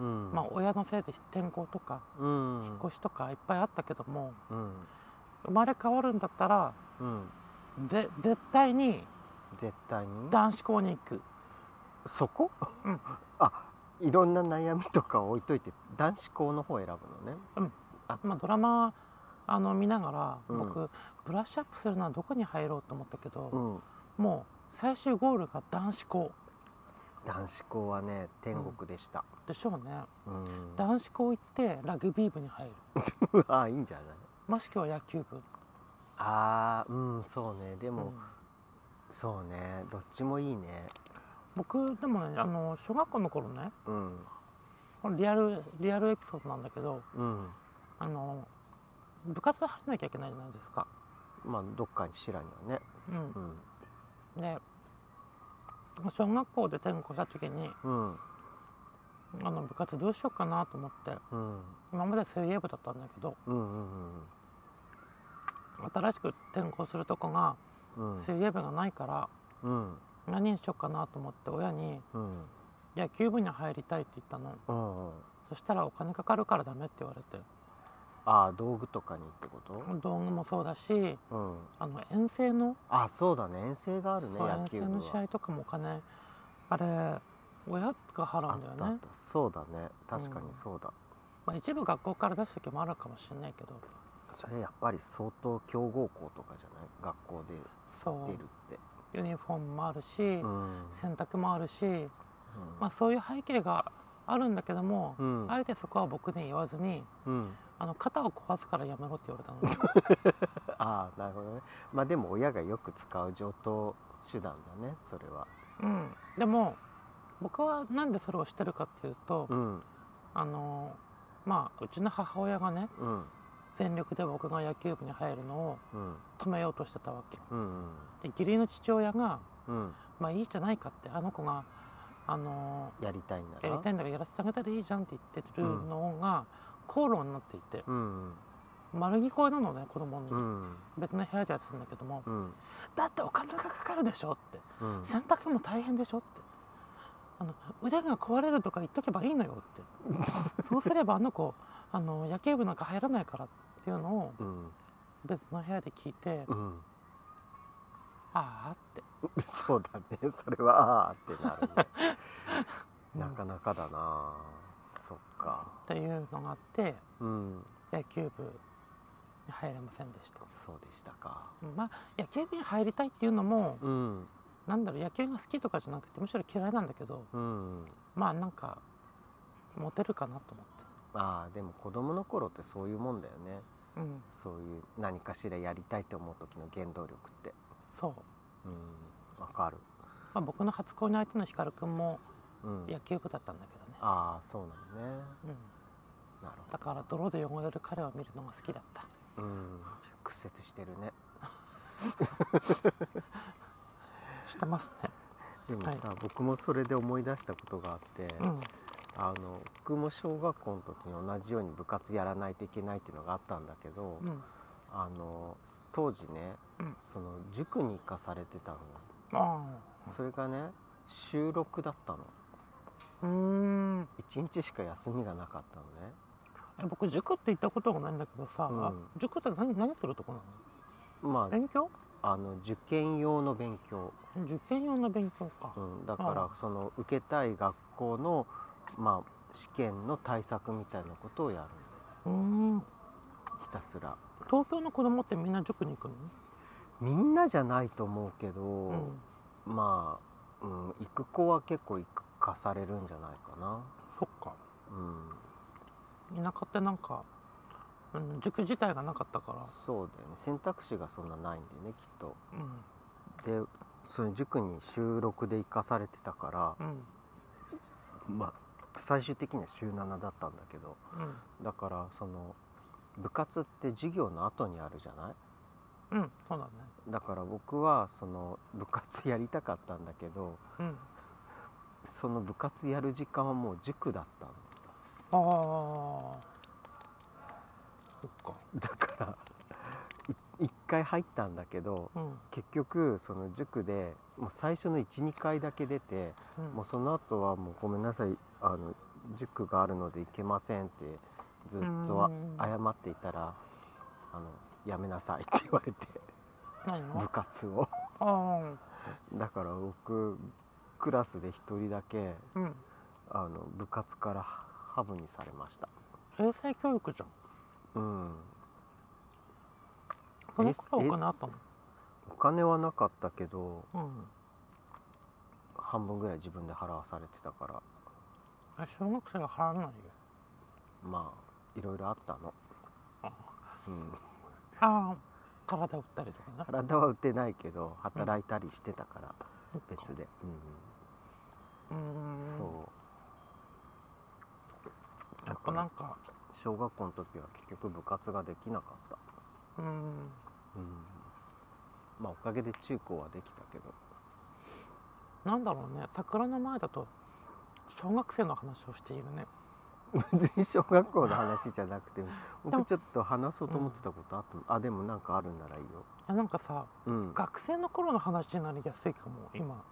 Speaker 2: うん
Speaker 1: まあ、親のせいで転校とか
Speaker 2: うん
Speaker 1: 引っ越しとかいっぱいあったけども、
Speaker 2: うん
Speaker 1: 生まれ変わるんだったら
Speaker 2: うん
Speaker 1: ぜ絶対に
Speaker 2: 絶対に
Speaker 1: 男子校に行く
Speaker 2: そこ、あいろんな悩みとか置いといて男子校の方選ぶのね
Speaker 1: まあ、ドラマあの見ながら
Speaker 2: うん
Speaker 1: 僕、ブラッシュアップするのはどこに入ろうと思ったけ
Speaker 2: う
Speaker 1: ど、
Speaker 2: ん
Speaker 1: もう最終ゴールが男子校
Speaker 2: 男子校はね天国でした、
Speaker 1: でしょうね、
Speaker 2: うん
Speaker 1: 男子校行ってラグビー部に入る
Speaker 2: うわいいんじゃない
Speaker 1: もしくは野球部、
Speaker 2: あーうんそうねでも、
Speaker 1: うん
Speaker 2: そうねどっちもいいね
Speaker 1: 僕でもねあの小学校の頃ね
Speaker 2: うん
Speaker 1: これリアルリアルエピソードなんだけど
Speaker 2: うん
Speaker 1: あの部活入らなきゃいけないじゃないですか、
Speaker 2: まあどっかに知らにはね
Speaker 1: うん
Speaker 2: うん
Speaker 1: で小学校で転校した時に
Speaker 2: うん
Speaker 1: あの部活どうしようかなと思って
Speaker 2: うん
Speaker 1: 今まで水泳部だったんだけど
Speaker 2: うんうん
Speaker 1: 新しく転校するとこが
Speaker 2: うん
Speaker 1: 水泳部がないから
Speaker 2: うん
Speaker 1: 何にしようかなと思って親に
Speaker 2: うん
Speaker 1: 野球部に入りたいって言ったの
Speaker 2: うんうん
Speaker 1: そしたらお金かかるからダメって言われて
Speaker 2: ああ道具とかにってこと
Speaker 1: 道具もそうだし
Speaker 2: うん
Speaker 1: あの遠征の
Speaker 2: あそうだね遠征があるね
Speaker 1: そう
Speaker 2: 野
Speaker 1: 遠
Speaker 2: 球
Speaker 1: 征
Speaker 2: 部
Speaker 1: の試
Speaker 2: は
Speaker 1: 合とかもお金あれ親が払うんだよ
Speaker 2: あ
Speaker 1: ね
Speaker 2: ったあったそうだね確かにそうだ、
Speaker 1: まあ、一部学校から出す時もあるかもしれないけど
Speaker 2: それやっぱり相当強豪校とかじゃない学校で
Speaker 1: そ
Speaker 2: 出る
Speaker 1: う
Speaker 2: って
Speaker 1: ユニフォームもあるし、
Speaker 2: うん
Speaker 1: 洗濯もあるし、
Speaker 2: うん
Speaker 1: まあ、そういう背景があるんだけども、
Speaker 2: うん
Speaker 1: あえてそこは僕に言わずに
Speaker 2: うん
Speaker 1: あの肩を壊すからやめろって言われ たの
Speaker 2: ああなるほどねまあでも親がよく使う上等手段だねそれは
Speaker 1: うん、でも僕はなんでそれをしてるかっていうと、
Speaker 2: うん
Speaker 1: あのまあうちの母親がね
Speaker 2: うん
Speaker 1: 全力で僕が野球部に入るのを
Speaker 2: うん
Speaker 1: 止めようとしてたわけ
Speaker 2: うん
Speaker 1: で義理の父親が
Speaker 2: うん
Speaker 1: まあいいじゃないかってあの子があの
Speaker 2: やりたいんだ
Speaker 1: やりたいんだからやらせてあげたらいいじゃんって言ってるのが口論になっていて
Speaker 2: うん
Speaker 1: 丸聞こえなのね子供に、
Speaker 2: うん
Speaker 1: 別の部屋でやってたんだけども、
Speaker 2: うん
Speaker 1: だってお金がかかるでしょって
Speaker 2: うん
Speaker 1: 洗濯も大変でしょってあの腕が壊れるとか言っとけばいいのよ ってそうすればあの子あの野球部なんか入らないからっていうのを
Speaker 2: うん
Speaker 1: 別の部屋で聞いて、
Speaker 2: う
Speaker 1: あ
Speaker 2: ん
Speaker 1: あって
Speaker 2: そうだねそれはああってなるねなかなかだなそっか
Speaker 1: っていうのがあって
Speaker 2: うん
Speaker 1: 野球部に入れませんでした
Speaker 2: そうでしたか
Speaker 1: まあ野球部に入りたいっていうのも
Speaker 2: うん
Speaker 1: なんだろう野球が好きとかじゃなくてむしろ嫌いなんだけど
Speaker 2: うん
Speaker 1: まあなんかモテるかなと思
Speaker 2: ああでも子供の頃ってそういうもんだよね
Speaker 1: ってうん
Speaker 2: そういう何かしらやりたいと思う時の原動力って
Speaker 1: そう、
Speaker 2: うんわかる
Speaker 1: まあ、僕の初恋の相手の光くんも
Speaker 2: うん
Speaker 1: 野球部だったんだけどね
Speaker 2: ああそうなのね
Speaker 1: うん
Speaker 2: なる
Speaker 1: だから泥で汚れる彼を見るのが好きだった
Speaker 2: ほどうん屈折してるね
Speaker 1: してますね
Speaker 2: でもさ、僕もそれで思い出したことがあって、
Speaker 1: うん
Speaker 2: あの僕も小学校の時に同じように部活やらないといけないっていうのがあったんだけど、
Speaker 1: うん
Speaker 2: あの当時ね、
Speaker 1: うん
Speaker 2: その塾に行かされてたの
Speaker 1: あ
Speaker 2: それがね収録だったの
Speaker 1: あうーん
Speaker 2: 1日しか休みがなかったのね
Speaker 1: え僕塾って行ったことがないんだけどさ、
Speaker 2: うん
Speaker 1: 塾って何何するとこなの
Speaker 2: ま
Speaker 1: 勉強
Speaker 2: ああの受験用の勉強、
Speaker 1: 受験用の勉強か、
Speaker 2: うん、だから
Speaker 1: う
Speaker 2: その受けたい学校の、まあ、試験の対策みたいなことをやる
Speaker 1: うーん
Speaker 2: のひたすら
Speaker 1: 東京の子供ってみんな塾に行くの
Speaker 2: みんなじゃないと思うけど、
Speaker 1: うん
Speaker 2: まあ、うん、行く子は結構行かされるんじゃないかな、
Speaker 1: そっか
Speaker 2: うん、
Speaker 1: 田舎ってなんか、うん、塾自体がなかったか
Speaker 2: そうだよね選択肢がそんなないんだよねきっと。
Speaker 1: らうん
Speaker 2: でその塾に収録で行かされてたから、
Speaker 1: うん
Speaker 2: まあ、最終的には週7だったんだけどだからその部活って授業の後にあるじゃない
Speaker 1: うんうんそうだね
Speaker 2: だから僕はその部活やりたかったんだけど
Speaker 1: うん
Speaker 2: その部活やる時間はもう塾だったの
Speaker 1: ああそっか
Speaker 2: だからい一回入ったんだけど
Speaker 1: うん
Speaker 2: 結局その塾でもう最初の12回だけ出て、
Speaker 1: うん
Speaker 2: もうその後はもうごめんなさいあの塾があるので行けませんってずっとあ
Speaker 1: うん
Speaker 2: 謝っていたら「あのやめなさい」って言われて
Speaker 1: 何
Speaker 2: 部
Speaker 1: の
Speaker 2: 活を
Speaker 1: あ
Speaker 2: だから僕クラスで一人だけ
Speaker 1: あうん
Speaker 2: あの部活からハブにされました
Speaker 1: 英才教育じゃん
Speaker 2: うん
Speaker 1: それこそお
Speaker 2: エスエス
Speaker 1: 金あったの
Speaker 2: お金はなかったけど
Speaker 1: うん
Speaker 2: 半分ぐらい自分で払わされてたから
Speaker 1: え小学生が払わないよ
Speaker 2: まあいろいろあったの、うん、
Speaker 1: ああ体打ったりとかね
Speaker 2: 体は打てないけど働いたりしてたから、別で、
Speaker 1: うー
Speaker 2: うんん、そう
Speaker 1: やっぱなんか
Speaker 2: 小学校の時は結局部活ができなかった、
Speaker 1: うん
Speaker 2: うん、まあおかげで中高はできたけど
Speaker 1: なんだろうね桜の前だと小学生の話をしているね
Speaker 2: 別に小学校の話じゃなくても
Speaker 1: でも
Speaker 2: 僕ちょっと話そうと思ってたことあっても、あでもなんかあるんならいいよ、
Speaker 1: あなんかさ
Speaker 2: うん、やっ
Speaker 1: 学生の頃の話になりやすいかも今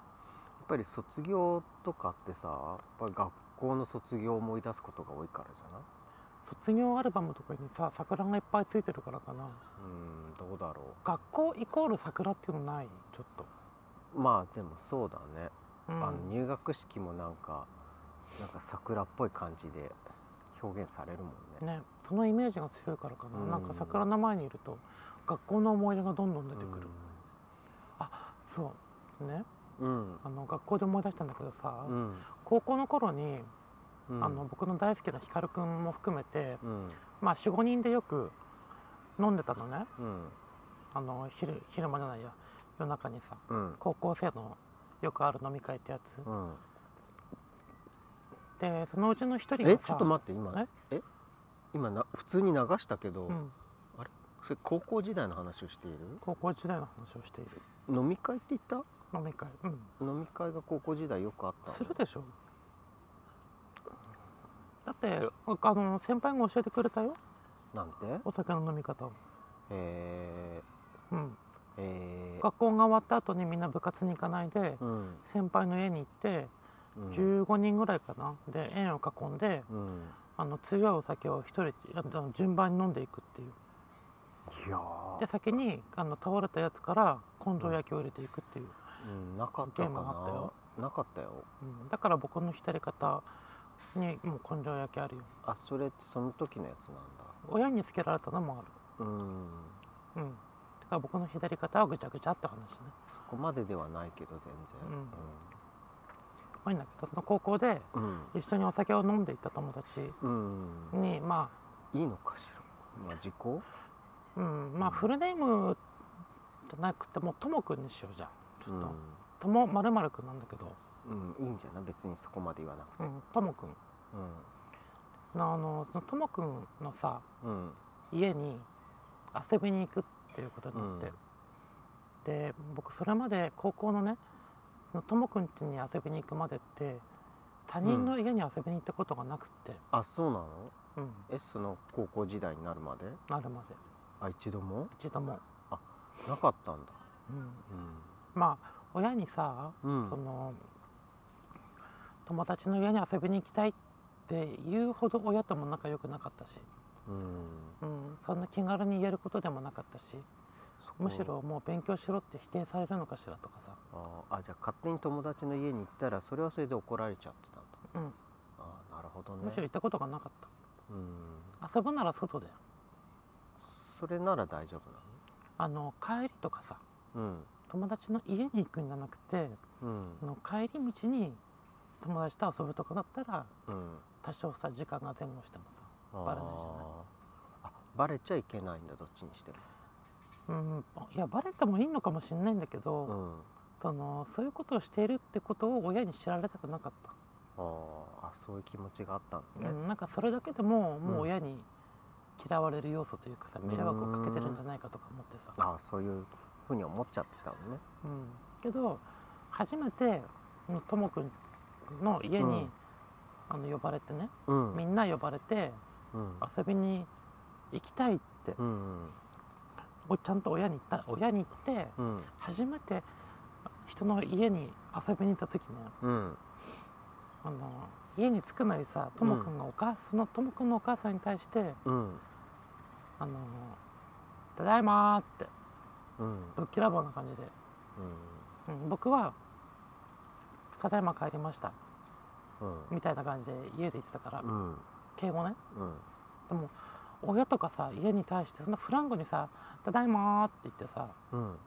Speaker 2: ぱり卒業とかってさやっぱり学校の卒業を思い出すことが多いからじゃない
Speaker 1: 卒業アルバムとかにさ桜がいっぱいついてるからかな
Speaker 2: うんどうだろ
Speaker 1: 学校イコール桜っていうのないちょっと、
Speaker 2: うまあでもそうだね、
Speaker 1: うん
Speaker 2: あの入学式もなんかなんか桜っぽい感じで表現されるもんね
Speaker 1: ねそのイメージが強いからかな、
Speaker 2: うん
Speaker 1: なんか桜の前にいると学校の思い出がどんどん出てくる、そうね
Speaker 2: うん
Speaker 1: あの学校で思い出したんだけどさ、
Speaker 2: うん、
Speaker 1: 高校の頃に、
Speaker 2: うん、
Speaker 1: あの僕の大好きな光くんも含めて、
Speaker 2: うん
Speaker 1: まあ、45人でよく飲んでたのね
Speaker 2: うん
Speaker 1: あの昼昼間じゃないや夜中にさ
Speaker 2: うん
Speaker 1: 高校生のよくある飲み会ってやつ、
Speaker 2: うん
Speaker 1: でそのうちの一人が
Speaker 2: え
Speaker 1: さ
Speaker 2: ちょっと待って今え今な普通に流したけど、
Speaker 1: うん、
Speaker 2: それ高校時代の話をしている
Speaker 1: 高校時代の話をしている
Speaker 2: 飲み会って言った
Speaker 1: 飲み会うん
Speaker 2: 飲み会が高校時代よくあったの
Speaker 1: するでしょだってあの先輩が教えてくれたよ
Speaker 2: なんて
Speaker 1: お酒の飲み方を、
Speaker 2: え
Speaker 1: うん、
Speaker 2: ー、えー、
Speaker 1: 学校が終わった後にみんな部活に行かないで
Speaker 2: うん
Speaker 1: 先輩の家に行って
Speaker 2: うん
Speaker 1: 15人ぐらいかなで円を囲んで
Speaker 2: うん
Speaker 1: あの強いお酒を一人あの順番に飲んでいくっていう
Speaker 2: いやー
Speaker 1: で先にあの倒れたやつから根性焼きを入れていくっていう、
Speaker 2: うん、なかった
Speaker 1: ゲー
Speaker 2: か
Speaker 1: ムがあったよ
Speaker 2: ななかったよ
Speaker 1: うん、だから僕の左肩にもう根性焼きあるよ
Speaker 2: あそれってその時のやつなんだ
Speaker 1: 親につけられたのもある
Speaker 2: うん
Speaker 1: うん、だから僕の左肩はぐちゃぐちゃって話ね
Speaker 2: そこまでではないけど全然
Speaker 1: まあいいんだけどその高校で
Speaker 2: うんうん、
Speaker 1: 一緒にお酒を飲んでいた友達
Speaker 2: うん
Speaker 1: にま
Speaker 2: いいのかしらまあ時効
Speaker 1: あ、うん、まあフルネームじゃなくてもうともくんにしようじゃんちょっとともまるまるくんなんだけど
Speaker 2: うん、うん、いいんじゃない別にそこまで言わなくて
Speaker 1: うんともくんあのそのともくんのさ
Speaker 2: うん
Speaker 1: 家に遊びに行くっていうことになって、
Speaker 2: うん
Speaker 1: で僕それまで高校のねそのともくん家に遊びに行くまでって他人の家に遊びに行ったことがなくって、
Speaker 2: あそうなの
Speaker 1: うん、
Speaker 2: えその高校時代になるまで
Speaker 1: なるまで
Speaker 2: あ一度も
Speaker 1: 一度も、
Speaker 2: なかったんだ
Speaker 1: うん、
Speaker 2: う
Speaker 1: まあ親にさ、
Speaker 2: ん、
Speaker 1: その友達の家に遊びに行きたいって言うほど親とも仲良くなかったし、
Speaker 2: うん、
Speaker 1: うん、そんな気軽に言えることでもなかったしむしろもう勉強しろって否定されるのかしらとかさ、
Speaker 2: ああじゃあ勝手に友達の家に行ったらそれはそれで怒られちゃってたんだ
Speaker 1: うん、
Speaker 2: ああなるほどね
Speaker 1: むしろ行ったことがなかっ
Speaker 2: うん
Speaker 1: た遊ぶなら外で
Speaker 2: それなら大丈夫
Speaker 1: あの帰りとかさ
Speaker 2: なの
Speaker 1: 友達の家に行くんじゃなくて
Speaker 2: うん
Speaker 1: あの帰り道に友達と遊ぶとかだったら
Speaker 2: うんうん
Speaker 1: 多少さ時間が前後してもさバレないじゃない
Speaker 2: あーあバレちゃいけないんだどっちにしても
Speaker 1: うん、いやバレてもいいのかもしれないんだけど、
Speaker 2: うん
Speaker 1: そのそういうことをしているってことを親に知られたくなかっ
Speaker 2: あーあそういう気持ちがあったん
Speaker 1: た、
Speaker 2: だ
Speaker 1: う
Speaker 2: ね
Speaker 1: ん、なんかそれだけでも
Speaker 2: う
Speaker 1: もうん親に嫌われる要素というかさ迷惑をかけてるんじゃないかとか思ってさ、
Speaker 2: ああそういうふうに思っちゃってたのね
Speaker 1: うん、けど初めてともくんの家
Speaker 2: う
Speaker 1: に
Speaker 2: ん
Speaker 1: あの呼ばれてね
Speaker 2: うん
Speaker 1: みんな呼ばれて
Speaker 2: うん
Speaker 1: 遊びに行きたいって
Speaker 2: うん
Speaker 1: これちゃんと親に言った親に言って
Speaker 2: うん
Speaker 1: 初めて人の家に遊びに行った時ね
Speaker 2: うん
Speaker 1: あの家に着くなりさともくんがお母そのともくんのお母さんに対して
Speaker 2: うん
Speaker 1: 「あのただいま」って
Speaker 2: うん
Speaker 1: ぶっきらぼうな感じで、うん、僕は「ただいま帰りました
Speaker 2: うん」
Speaker 1: みたいな感じで家で言ってたから
Speaker 2: うん
Speaker 1: 敬語ね
Speaker 2: うん
Speaker 1: でも親とかさ家に対してそのフランクにさ「ただいま」って言ってさ
Speaker 2: うん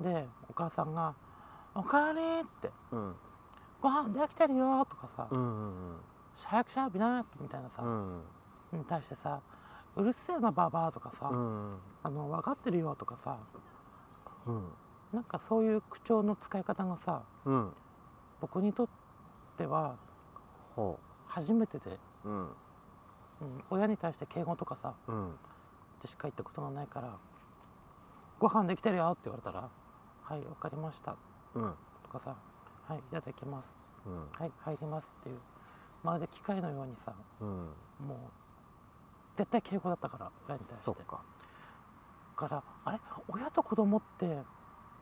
Speaker 1: でお母さんが「おかえり」って
Speaker 2: うん
Speaker 1: 「ご飯できてるよ」とかさ
Speaker 2: うんうん
Speaker 1: 「シャークシャービナー」みたいなさ、
Speaker 2: うん
Speaker 1: に対してさ「うるせえなババア」とかさ、
Speaker 2: うん
Speaker 1: あの「分かってるよ」とかさ
Speaker 2: うん
Speaker 1: なんかそういう口調の使い方がさ
Speaker 2: うん
Speaker 1: 僕にとっては
Speaker 2: ほ
Speaker 1: 初めてで、
Speaker 2: ううん
Speaker 1: うん、親に対して敬語とかさ
Speaker 2: うん
Speaker 1: でしか言ったことがないから「ご飯できてるよ」って言われたら「はい分かりました
Speaker 2: うん」
Speaker 1: とかさ「はいいただきます」
Speaker 2: うん
Speaker 1: 「はい入ります」っていうまるで機械のようにさ
Speaker 2: うん
Speaker 1: もう絶対敬語だったから親に対して
Speaker 2: そっ
Speaker 1: だ
Speaker 2: か
Speaker 1: からあれ親と子供って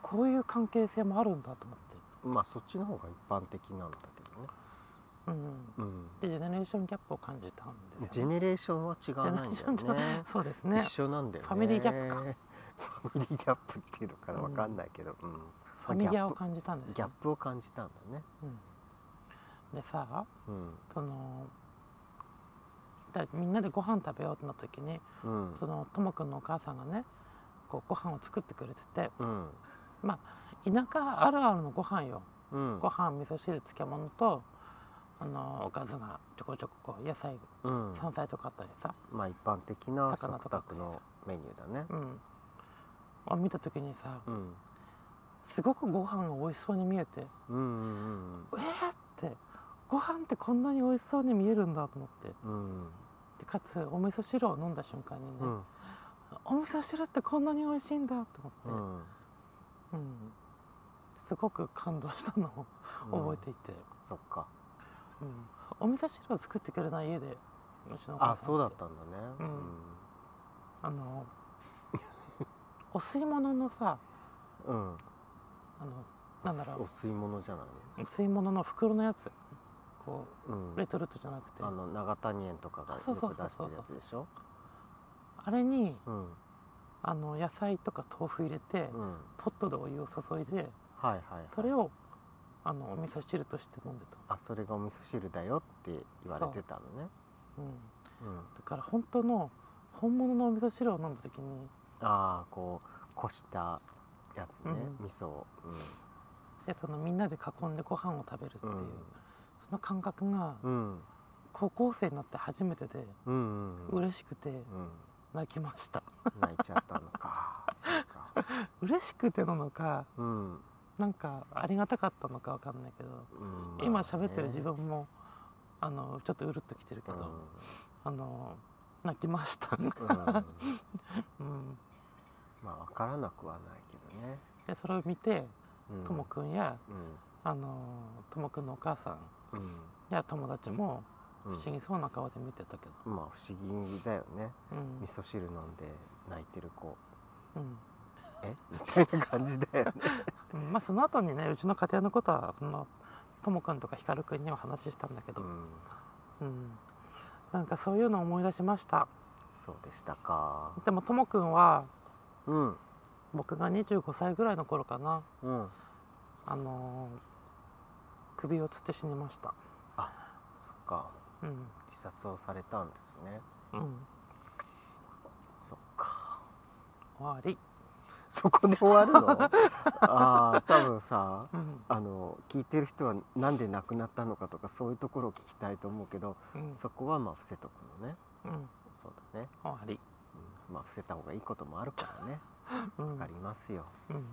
Speaker 1: こういう関係性もあるんだと思って。
Speaker 2: まあそっちの方が一般的なんだけどね
Speaker 1: うん
Speaker 2: うん
Speaker 1: でジェネレーションギャップを感じたんです
Speaker 2: ジ
Speaker 1: よ、
Speaker 2: ェ
Speaker 1: ね。
Speaker 2: ネレーションは違わないんだよ
Speaker 1: ジェネレーション
Speaker 2: ね
Speaker 1: とそうですね。
Speaker 2: 一緒なんだよね
Speaker 1: ファミリーギャップか
Speaker 2: ファミリーギャップっていうのかなわかんないけど、うん
Speaker 1: ファミリアを
Speaker 2: ギャッ
Speaker 1: 感じたんで
Speaker 2: プ
Speaker 1: す
Speaker 2: ギャッ
Speaker 1: よ。
Speaker 2: プを感じたんだね
Speaker 1: うん、でさ、
Speaker 2: うん
Speaker 1: そのだみんなでご飯食べようってなった時に、
Speaker 2: うん
Speaker 1: そのともくんのお母さんがね、こうご飯を作ってくれてて、
Speaker 2: うん
Speaker 1: 田舎あるあるのご飯よ。
Speaker 2: うん
Speaker 1: ご飯、味噌汁、漬物と。あのおかずがちょこちょここう野菜
Speaker 2: うん
Speaker 1: 山菜とかあったりさ、
Speaker 2: まあ一般的な
Speaker 1: 魚と
Speaker 2: 食
Speaker 1: か
Speaker 2: 卓のメニューだね
Speaker 1: うん、を見た時にさ
Speaker 2: うん
Speaker 1: すごくご飯が美味しそうに見えて
Speaker 2: うんうん
Speaker 1: えーってご飯ってこんなに美味しそうに見えるんだと思って
Speaker 2: うん
Speaker 1: でかつお味噌汁を飲んだ瞬間にね、
Speaker 2: うん
Speaker 1: お味噌汁ってこんなに美味しいんだと
Speaker 2: う
Speaker 1: 思って、
Speaker 2: んうん
Speaker 1: うんすごく感動したのを覚えていて、
Speaker 2: そっか
Speaker 1: うんお味噌汁を作ってくれない家でうちのお母さん
Speaker 2: あそうだったんだね
Speaker 1: うんあのお吸い物のさ
Speaker 2: うん
Speaker 1: あのなんだ
Speaker 2: お
Speaker 1: ろ
Speaker 2: 吸い物じゃないう
Speaker 1: お吸い物の袋のやつこ
Speaker 2: う
Speaker 1: うんレトルトじゃなくて
Speaker 2: あ
Speaker 1: あ
Speaker 2: の長谷園とかがよ
Speaker 1: そうそう
Speaker 2: く
Speaker 1: そう
Speaker 2: 出して
Speaker 1: そう
Speaker 2: るやつでしょ
Speaker 1: れに
Speaker 2: うんうん
Speaker 1: あの野菜とか豆腐入れて、ポットでお湯を注いで
Speaker 2: はいはいはい
Speaker 1: それをあのお味噌汁として飲んでた、
Speaker 2: あそれがお味噌汁だよって言われてたのね
Speaker 1: うん、
Speaker 2: うん
Speaker 1: だから本当の本物のお味噌汁を飲んだ時に
Speaker 2: ああこうこしたやつね
Speaker 1: うん
Speaker 2: 味噌を
Speaker 1: でそのみんなで囲んでご飯を食べるって
Speaker 2: う
Speaker 1: いう、
Speaker 2: ん
Speaker 1: その感覚が
Speaker 2: うんうん
Speaker 1: 高校生になって初めてで
Speaker 2: うんうん
Speaker 1: 嬉しくて
Speaker 2: うん
Speaker 1: 泣きました、
Speaker 2: 泣いちゃったのか そうか
Speaker 1: 嬉しくてなのか
Speaker 2: うん
Speaker 1: なんかありがたかったのかわかんないけど、
Speaker 2: うん
Speaker 1: 今喋ってる自
Speaker 2: ま
Speaker 1: 分もあのちょっとうるっときてるけど、
Speaker 2: あ
Speaker 1: あの泣きま した、う
Speaker 2: ねうんうん
Speaker 1: ん、
Speaker 2: まあ分からなくはないけどね
Speaker 1: でそれを見て
Speaker 2: うん
Speaker 1: ともくんや
Speaker 2: うん
Speaker 1: あのともくんのお母さん
Speaker 2: うん
Speaker 1: や友達も
Speaker 2: う
Speaker 1: 不
Speaker 2: ん
Speaker 1: 思議そうな顔で見てたけど、
Speaker 2: まあ不思議だよね
Speaker 1: うん
Speaker 2: 味噌汁飲んで泣いてる子
Speaker 1: うん
Speaker 2: え みたいな感じだよね
Speaker 1: うんまあその後にねうちの家庭のことはそのともくんとかひかるくんには話したんだけ
Speaker 2: う
Speaker 1: ど、
Speaker 2: ん
Speaker 1: うんなんかそういうのを思い出しました
Speaker 2: そうでしたか
Speaker 1: でもともくんは
Speaker 2: うん
Speaker 1: 僕が25歳ぐらいの頃かな
Speaker 2: うん
Speaker 1: あのー首をつって死にました
Speaker 2: そっか
Speaker 1: うん
Speaker 2: 自殺をされたんですね
Speaker 1: うん
Speaker 2: そっか
Speaker 1: 終わり
Speaker 2: そこで終わる のああ多分さ
Speaker 1: うん、
Speaker 2: あの聞いてる人はなんで亡くなったのかとかそういうところを聞きたいと思うけど、
Speaker 1: うん
Speaker 2: そこはまあ伏せとくのね
Speaker 1: うん、
Speaker 2: そうだね、
Speaker 1: 終わり
Speaker 2: うん、まあ伏せた方がいいこともあるからね
Speaker 1: うん
Speaker 2: わかりますよ
Speaker 1: うん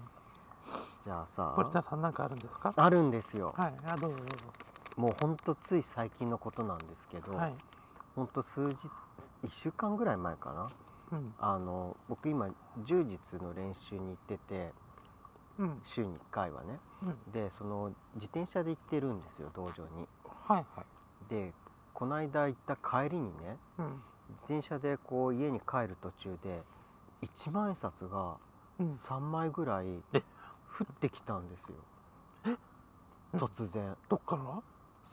Speaker 2: じゃあ
Speaker 1: 堀田
Speaker 2: さ
Speaker 1: さんなんかあるんですか
Speaker 2: あるんですよ
Speaker 1: はいあどうぞどうぞ
Speaker 2: もうほんとつい最近のことなんですけど、
Speaker 1: はい、
Speaker 2: ほんと数日1週間ぐらい前かな
Speaker 1: うん
Speaker 2: あの僕今柔術の練習に行ってて
Speaker 1: うん
Speaker 2: 週に1回はね
Speaker 1: うん
Speaker 2: でその自転車で行ってるんですよ道場に
Speaker 1: はいはい
Speaker 2: でこの間行った帰りにね
Speaker 1: うん
Speaker 2: 自転車でこう家に帰る途中で一万円札が
Speaker 1: うん
Speaker 2: 3枚ぐらい
Speaker 1: え
Speaker 2: 降ってきたんですよ、突然
Speaker 1: どっか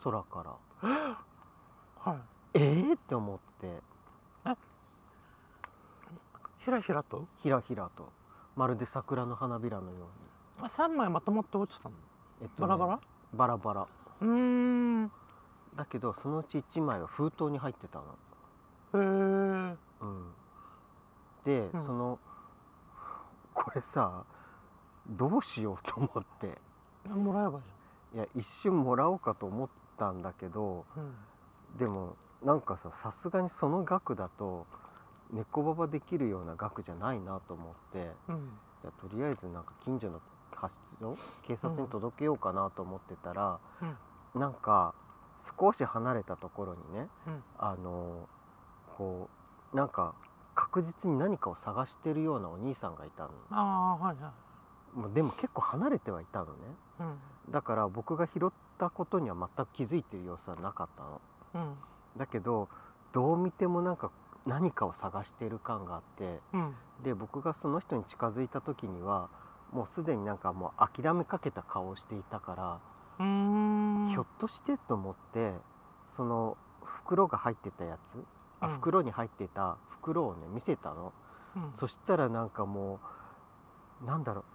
Speaker 2: 空から
Speaker 1: らはい
Speaker 2: えー、って思って
Speaker 1: ひらひらと
Speaker 2: ひらひらとまるで桜の花びらのように、
Speaker 1: あ3枚まとまって落ちたの
Speaker 2: えっと
Speaker 1: バ
Speaker 2: ね
Speaker 1: ラバラ
Speaker 2: バラバラ
Speaker 1: うーんへ
Speaker 2: だけどそのうち1枚は封筒に入ってたの
Speaker 1: え
Speaker 2: うん、で、
Speaker 1: うん
Speaker 2: そのこれさどうしようと思って
Speaker 1: もらえばいい
Speaker 2: いや一瞬もらおうかと思ったんだけど
Speaker 1: じゃん、うん
Speaker 2: でもなんかささすがにその額だと猫ババできるような額じゃないなと思って
Speaker 1: うん
Speaker 2: じゃあとりあえずなんか近所の発出警察に届けようかなと思ってたら、
Speaker 1: うん
Speaker 2: なんか少し離れたところにね
Speaker 1: うん
Speaker 2: あのこうなんか確実に何かを探してるようなお兄さんがいたの
Speaker 1: ああはいは
Speaker 2: もうでも結構離れてはいたのね
Speaker 1: いうん
Speaker 2: だから僕が拾ったことには全く気づいてる様子はなかったの
Speaker 1: うん
Speaker 2: だけどどう見てもなんか何かを探してる感があって
Speaker 1: うん
Speaker 2: で僕がその人に近づいた時にはもうすでになんかもう諦めかけた顔をしていたから、
Speaker 1: うーん
Speaker 2: ひょっとしてと思ってその袋が入ってたやつあ
Speaker 1: うん
Speaker 2: 袋に入ってた袋をね見せたの、
Speaker 1: うん
Speaker 2: そしたらなんかもうなんだろう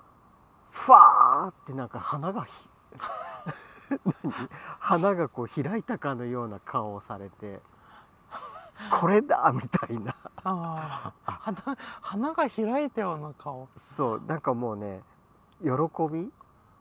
Speaker 2: ふわーってなんか花がひ 何花がこう開いたかのような顔をされ てこれだみたいな
Speaker 1: ああ花花が開いたような顔
Speaker 2: そうなんかもうね喜び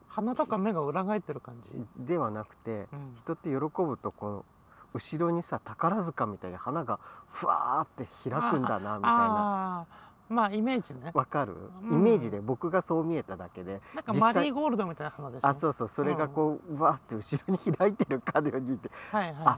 Speaker 1: 鼻とか目が裏返ってる感じ
Speaker 2: ではなくて、
Speaker 1: うん
Speaker 2: 人って喜ぶとこの後ろにさ宝塚みたいに花がふわーって開くんだなみたいな
Speaker 1: ああまあイメージね
Speaker 2: わかる、
Speaker 1: うん
Speaker 2: イメージで僕がそう見えただけで
Speaker 1: なんか
Speaker 2: 実
Speaker 1: マ
Speaker 2: 際
Speaker 1: リーゴールドみたいな花でしょ
Speaker 2: あそうそうそれがこう、わーって後ろに開いてるかのようにって、
Speaker 1: はいはいはい
Speaker 2: あ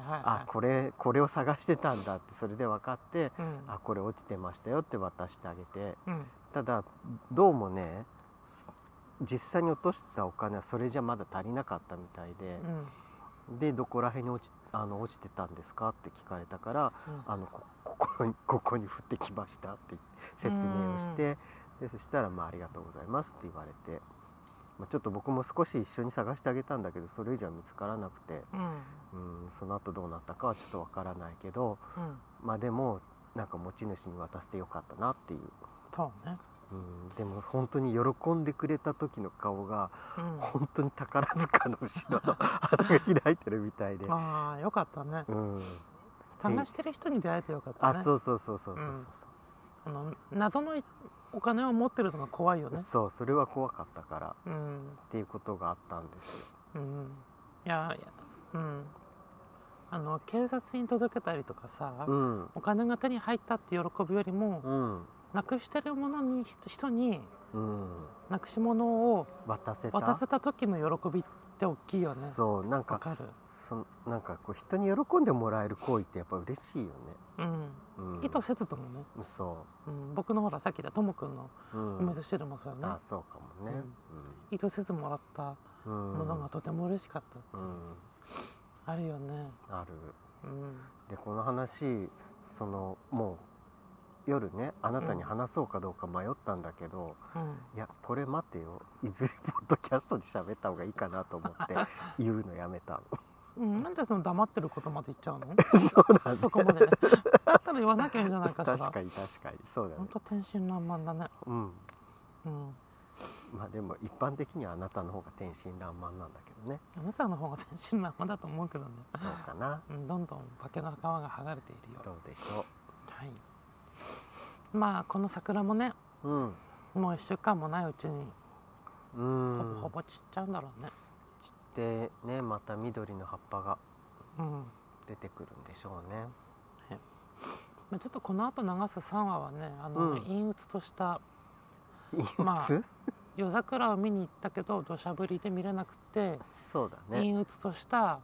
Speaker 2: あこれこれを探してたんだってそれで分かって、
Speaker 1: うん
Speaker 2: あこれ落ちてましたよって渡してあげて
Speaker 1: うん
Speaker 2: ただどうもねす実際に落としたお金はそれじゃまだ足りなかったみたいで、
Speaker 1: うん
Speaker 2: でどこら辺に落ちあの落ちてたんですかって聞かれたから
Speaker 1: うん
Speaker 2: あのこここにここに降ってきましたって説明をしてでそしたら、まあ「ありがとうございます」って言われて、まあ、ちょっと僕も少し一緒に探してあげたんだけどそれ以上は見つからなくて
Speaker 1: うん
Speaker 2: うんその後どうなったかはちょっとわからないけど
Speaker 1: うん
Speaker 2: まあでもなんか持ち主に渡してよかったなっていう、
Speaker 1: そうね
Speaker 2: うん、でも本当に喜んでくれた時の顔が
Speaker 1: うん
Speaker 2: 本当に宝塚の後ろの花が開いてるみたいで。
Speaker 1: ああよかったね
Speaker 2: うん
Speaker 1: 探してる人に出会えてよかった
Speaker 2: あ
Speaker 1: ね
Speaker 2: そうそうそうそうそうそう
Speaker 1: あの謎のお金を持ってるのが怖いよ
Speaker 2: そう、
Speaker 1: ね
Speaker 2: そうそれは怖かったから
Speaker 1: うん
Speaker 2: っていうことがあったんですよ
Speaker 1: うんいやいやうんあの警察に届けたりとかさ、
Speaker 2: うん
Speaker 1: お金が手に入ったって喜ぶよりも、
Speaker 2: うん
Speaker 1: なくしてるものに人人に
Speaker 2: うん
Speaker 1: なくし物を
Speaker 2: 渡せた
Speaker 1: 渡せた時の喜びって大きいよね
Speaker 2: そうなん
Speaker 1: わ
Speaker 2: か
Speaker 1: かる
Speaker 2: そのなんかこう人に喜んでもらえる行為ってやっぱ嬉しいよね、
Speaker 1: うん
Speaker 2: うん、
Speaker 1: 意図せずともね、
Speaker 2: そ
Speaker 1: うん、僕のほらさっき言ったともくんの
Speaker 2: う、うん
Speaker 1: 梅と汁もそうよね
Speaker 2: あ、そうかもね
Speaker 1: 意図せずもらった
Speaker 2: うん、
Speaker 1: ものがとても嬉しかったって
Speaker 2: う
Speaker 1: い
Speaker 2: ん
Speaker 1: う、あるよね
Speaker 2: ある
Speaker 1: うん
Speaker 2: でこの話そのもう夜ねあなたに話そうかどうか迷ったんだけど、
Speaker 1: うん
Speaker 2: いやこれ待てよいずれポッドキャストで喋った方がいいかなと思 って言うのやめた
Speaker 1: うん、なんでその黙ってることまで言っちゃうの
Speaker 2: の そうだね
Speaker 1: そこまでだったら言わなきゃいいんじゃないかしら
Speaker 2: 確かに確かにそうだ
Speaker 1: ほん
Speaker 2: ね
Speaker 1: と天真爛漫だね
Speaker 2: うん
Speaker 1: うん
Speaker 2: まあでも一般的にはあなたの方が天真爛漫なんだけどね
Speaker 1: あなたの方が天真爛漫だと思うけどね、
Speaker 2: どうかな
Speaker 1: うん、どんどん化けの皮が剥がれているよ
Speaker 2: どうでしょ
Speaker 1: はいまあこの桜もね
Speaker 2: ううん
Speaker 1: もう1週間もないうちに
Speaker 2: うん
Speaker 1: ほぼほぼ散っちゃうんだろうね
Speaker 2: でねまた緑の葉っぱが
Speaker 1: うん、
Speaker 2: 出てくるんでしょうね
Speaker 1: まあちょっとこの後流す3話はねあの、
Speaker 2: うん
Speaker 1: 陰鬱とした
Speaker 2: 陰鬱、
Speaker 1: まあ夜桜を見に行ったけど土砂降りで見れなくて、
Speaker 2: そうだね
Speaker 1: 陰鬱とした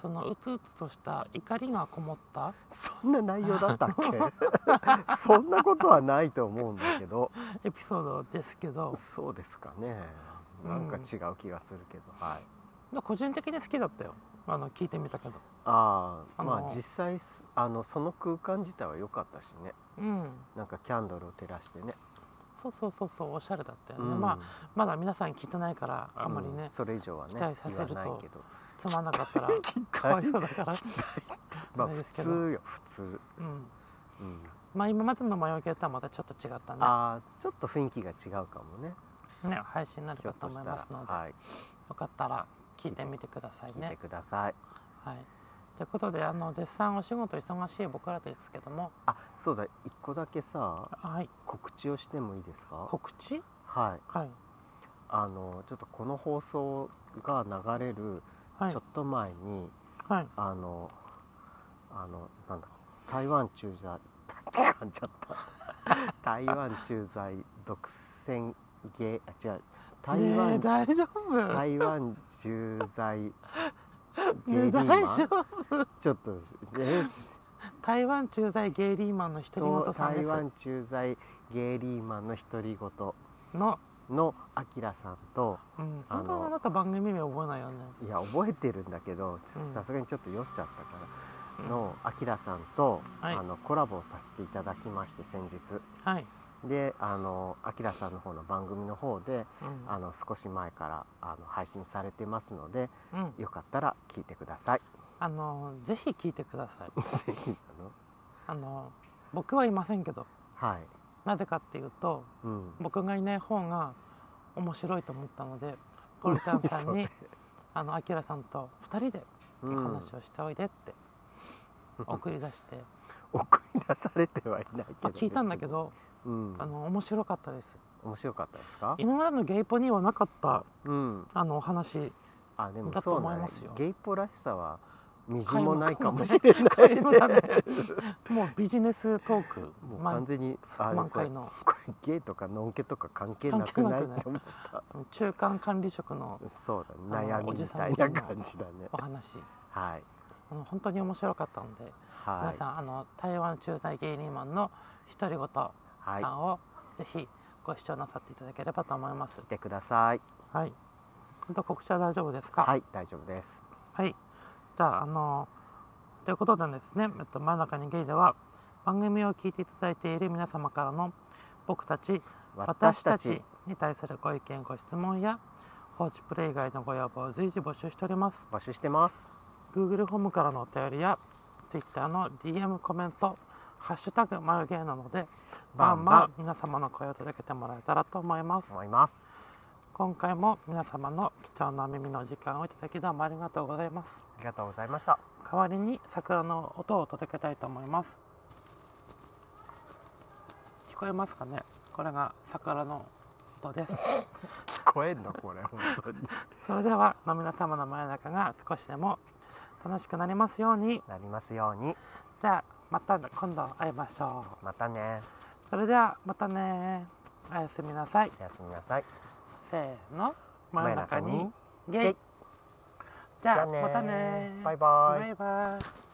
Speaker 1: そのうつうつとした怒りがこもった
Speaker 2: そんな内容だったっ けそんなことはないと思うんだけど
Speaker 1: エピソードですけど
Speaker 2: そうですかね。なんか違う気がするけど、はい。
Speaker 1: 個人的に好きだったよあの聞いてみたけど
Speaker 2: ああ
Speaker 1: あ
Speaker 2: ま
Speaker 1: の
Speaker 2: あ実際すあのその空間自体は良かったしね
Speaker 1: うん
Speaker 2: なんかキャンドルを照らしてね
Speaker 1: そうそうそうそうおしゃれだったよね、
Speaker 2: うん
Speaker 1: まあまだ皆さん聞いてないからあんまりね、
Speaker 2: うんそれ以上はね
Speaker 1: 期待させると
Speaker 2: 言わないけど
Speaker 1: つまんなかった らかわいそうだから、
Speaker 2: まあ
Speaker 1: ないで
Speaker 2: 普
Speaker 1: すけど
Speaker 2: 通よ普通、
Speaker 1: うん、
Speaker 2: うん
Speaker 1: まあ今までの魔除けとはまたちょっと違ったね
Speaker 2: ああちょっと雰囲気が違うかもね
Speaker 1: ね配信になる
Speaker 2: ひょ
Speaker 1: かと
Speaker 2: っと
Speaker 1: 思
Speaker 2: し
Speaker 1: い
Speaker 2: た
Speaker 1: ま
Speaker 2: ら
Speaker 1: すので、
Speaker 2: はい
Speaker 1: よかったら聞いてみてください
Speaker 2: 聞いて
Speaker 1: ね
Speaker 2: ください
Speaker 1: はいということであのデッサンお仕事忙しい僕らですけども
Speaker 2: あそうだ一個だけさ
Speaker 1: はい
Speaker 2: 告知をしてもいいですか
Speaker 1: 告知
Speaker 2: はい
Speaker 1: はい
Speaker 2: あのちょっとこの放送が流れる
Speaker 1: はい
Speaker 2: ちょっと前に、
Speaker 1: はい
Speaker 2: あのあのなんだ台湾駐在 台湾ちゃった台湾駐在独占芸あ違う台
Speaker 1: ねえ
Speaker 2: 湾、
Speaker 1: 大丈夫
Speaker 2: 台湾駐在芸リーマン、
Speaker 1: ねえ大
Speaker 2: ちょっとえ
Speaker 1: 台湾駐在ゲイリーマンの
Speaker 2: ち
Speaker 1: 独り
Speaker 2: ょ
Speaker 1: 言
Speaker 2: っと
Speaker 1: さんで
Speaker 2: 台
Speaker 1: す
Speaker 2: 湾駐在芸リーマンの独り言
Speaker 1: の、
Speaker 2: のあきらさんと
Speaker 1: うん、
Speaker 2: あの
Speaker 1: 本当はあなた番組名覚えないよね
Speaker 2: いや覚えてるんだけどちょっ
Speaker 1: うん
Speaker 2: とさすがにちょっと酔っちゃったから、のあきらさんと、
Speaker 1: はい
Speaker 2: あのコラボをさせていただきまして先日
Speaker 1: はい、
Speaker 2: であのあきらさんの方の番組の方で
Speaker 1: うん
Speaker 2: あの少し前からあの配信されてますので
Speaker 1: うん、
Speaker 2: よかったら聞いてください
Speaker 1: あのぜひ聞いてください
Speaker 2: ぜひあの
Speaker 1: あの僕はいませんけど
Speaker 2: はい、
Speaker 1: なぜかっていうと
Speaker 2: うん、
Speaker 1: 僕がいない方が面白いと思ったのでポルタンさんに
Speaker 2: 何
Speaker 1: あのアキラさんと2人でお
Speaker 2: うん
Speaker 1: 話をしておいでって送り出 して、
Speaker 2: 送り出されてはいな
Speaker 1: ま
Speaker 2: いけど
Speaker 1: あ聞いたんだけど、
Speaker 2: 別にうん
Speaker 1: あの面白かったです
Speaker 2: 面白かったですか
Speaker 1: 今までのゲイポにはなかった
Speaker 2: うん
Speaker 1: あのお 話
Speaker 2: あでも
Speaker 1: だと
Speaker 2: そう
Speaker 1: 思い
Speaker 2: なの
Speaker 1: ますよ
Speaker 2: ゲイポらしさはみじんもないかもしれない
Speaker 1: れない もうビジネストーク
Speaker 2: もう
Speaker 1: まあ
Speaker 2: 完全にあれ
Speaker 1: 満
Speaker 2: これ
Speaker 1: 開の
Speaker 2: これゲイとかノンケとか関係なくな
Speaker 1: 関係
Speaker 2: い
Speaker 1: なくない
Speaker 2: って思った
Speaker 1: 中間管理職の
Speaker 2: そうだ
Speaker 1: あの
Speaker 2: ね悩
Speaker 1: お
Speaker 2: み
Speaker 1: じ
Speaker 2: み
Speaker 1: さ
Speaker 2: た
Speaker 1: ん
Speaker 2: い
Speaker 1: みたい
Speaker 2: な
Speaker 1: な
Speaker 2: 感じだね
Speaker 1: お話
Speaker 2: はい
Speaker 1: あの本当に面白かったので、
Speaker 2: は
Speaker 1: 皆
Speaker 2: い
Speaker 1: さんあの台湾駐在芸人マンの独り言さ
Speaker 2: はい
Speaker 1: んをぜひご視聴なさっていただければと思います
Speaker 2: 来。てください
Speaker 1: はい。本当告知は大丈夫ですか。。
Speaker 2: はいい大丈夫です
Speaker 1: はい。じゃああのということでですね、えっと真ん中にゲイでは番組を聞いていただいている皆様からの僕たち
Speaker 2: 私たち
Speaker 1: に対するご意見ご質問や放置プレイ以外のご要望を随時募集しております。
Speaker 2: 募集してます
Speaker 1: Google ホームからのお便りや Twitter の DM コメント「ハッシュタグ眉毛」なのでバ
Speaker 2: バ
Speaker 1: ン
Speaker 2: ン
Speaker 1: バ
Speaker 2: バ
Speaker 1: ン皆様の声を届けてもらえたらと思います
Speaker 2: 思います
Speaker 1: 今回も皆様の貴重なお耳の時間をいただきどうもありがとうございます
Speaker 2: ありがとうございました
Speaker 1: 代わりに桜の音を届けたいと思います聞こえますかねこれが桜の音です
Speaker 2: 聞こえんのこれ本当 に
Speaker 1: それではの皆様の真夜中が少しでも楽しくなりますように
Speaker 2: なりますように
Speaker 1: じゃあまた今度会いましょう
Speaker 2: またね
Speaker 1: それではまたねおやすみなさい
Speaker 2: おやすみなさい
Speaker 1: せーの真夜中に
Speaker 2: 真夜中に
Speaker 1: ゲイ
Speaker 2: ゲイ
Speaker 1: じゃあ
Speaker 2: じゃあね
Speaker 1: またね
Speaker 2: バイバイ
Speaker 1: バイバイ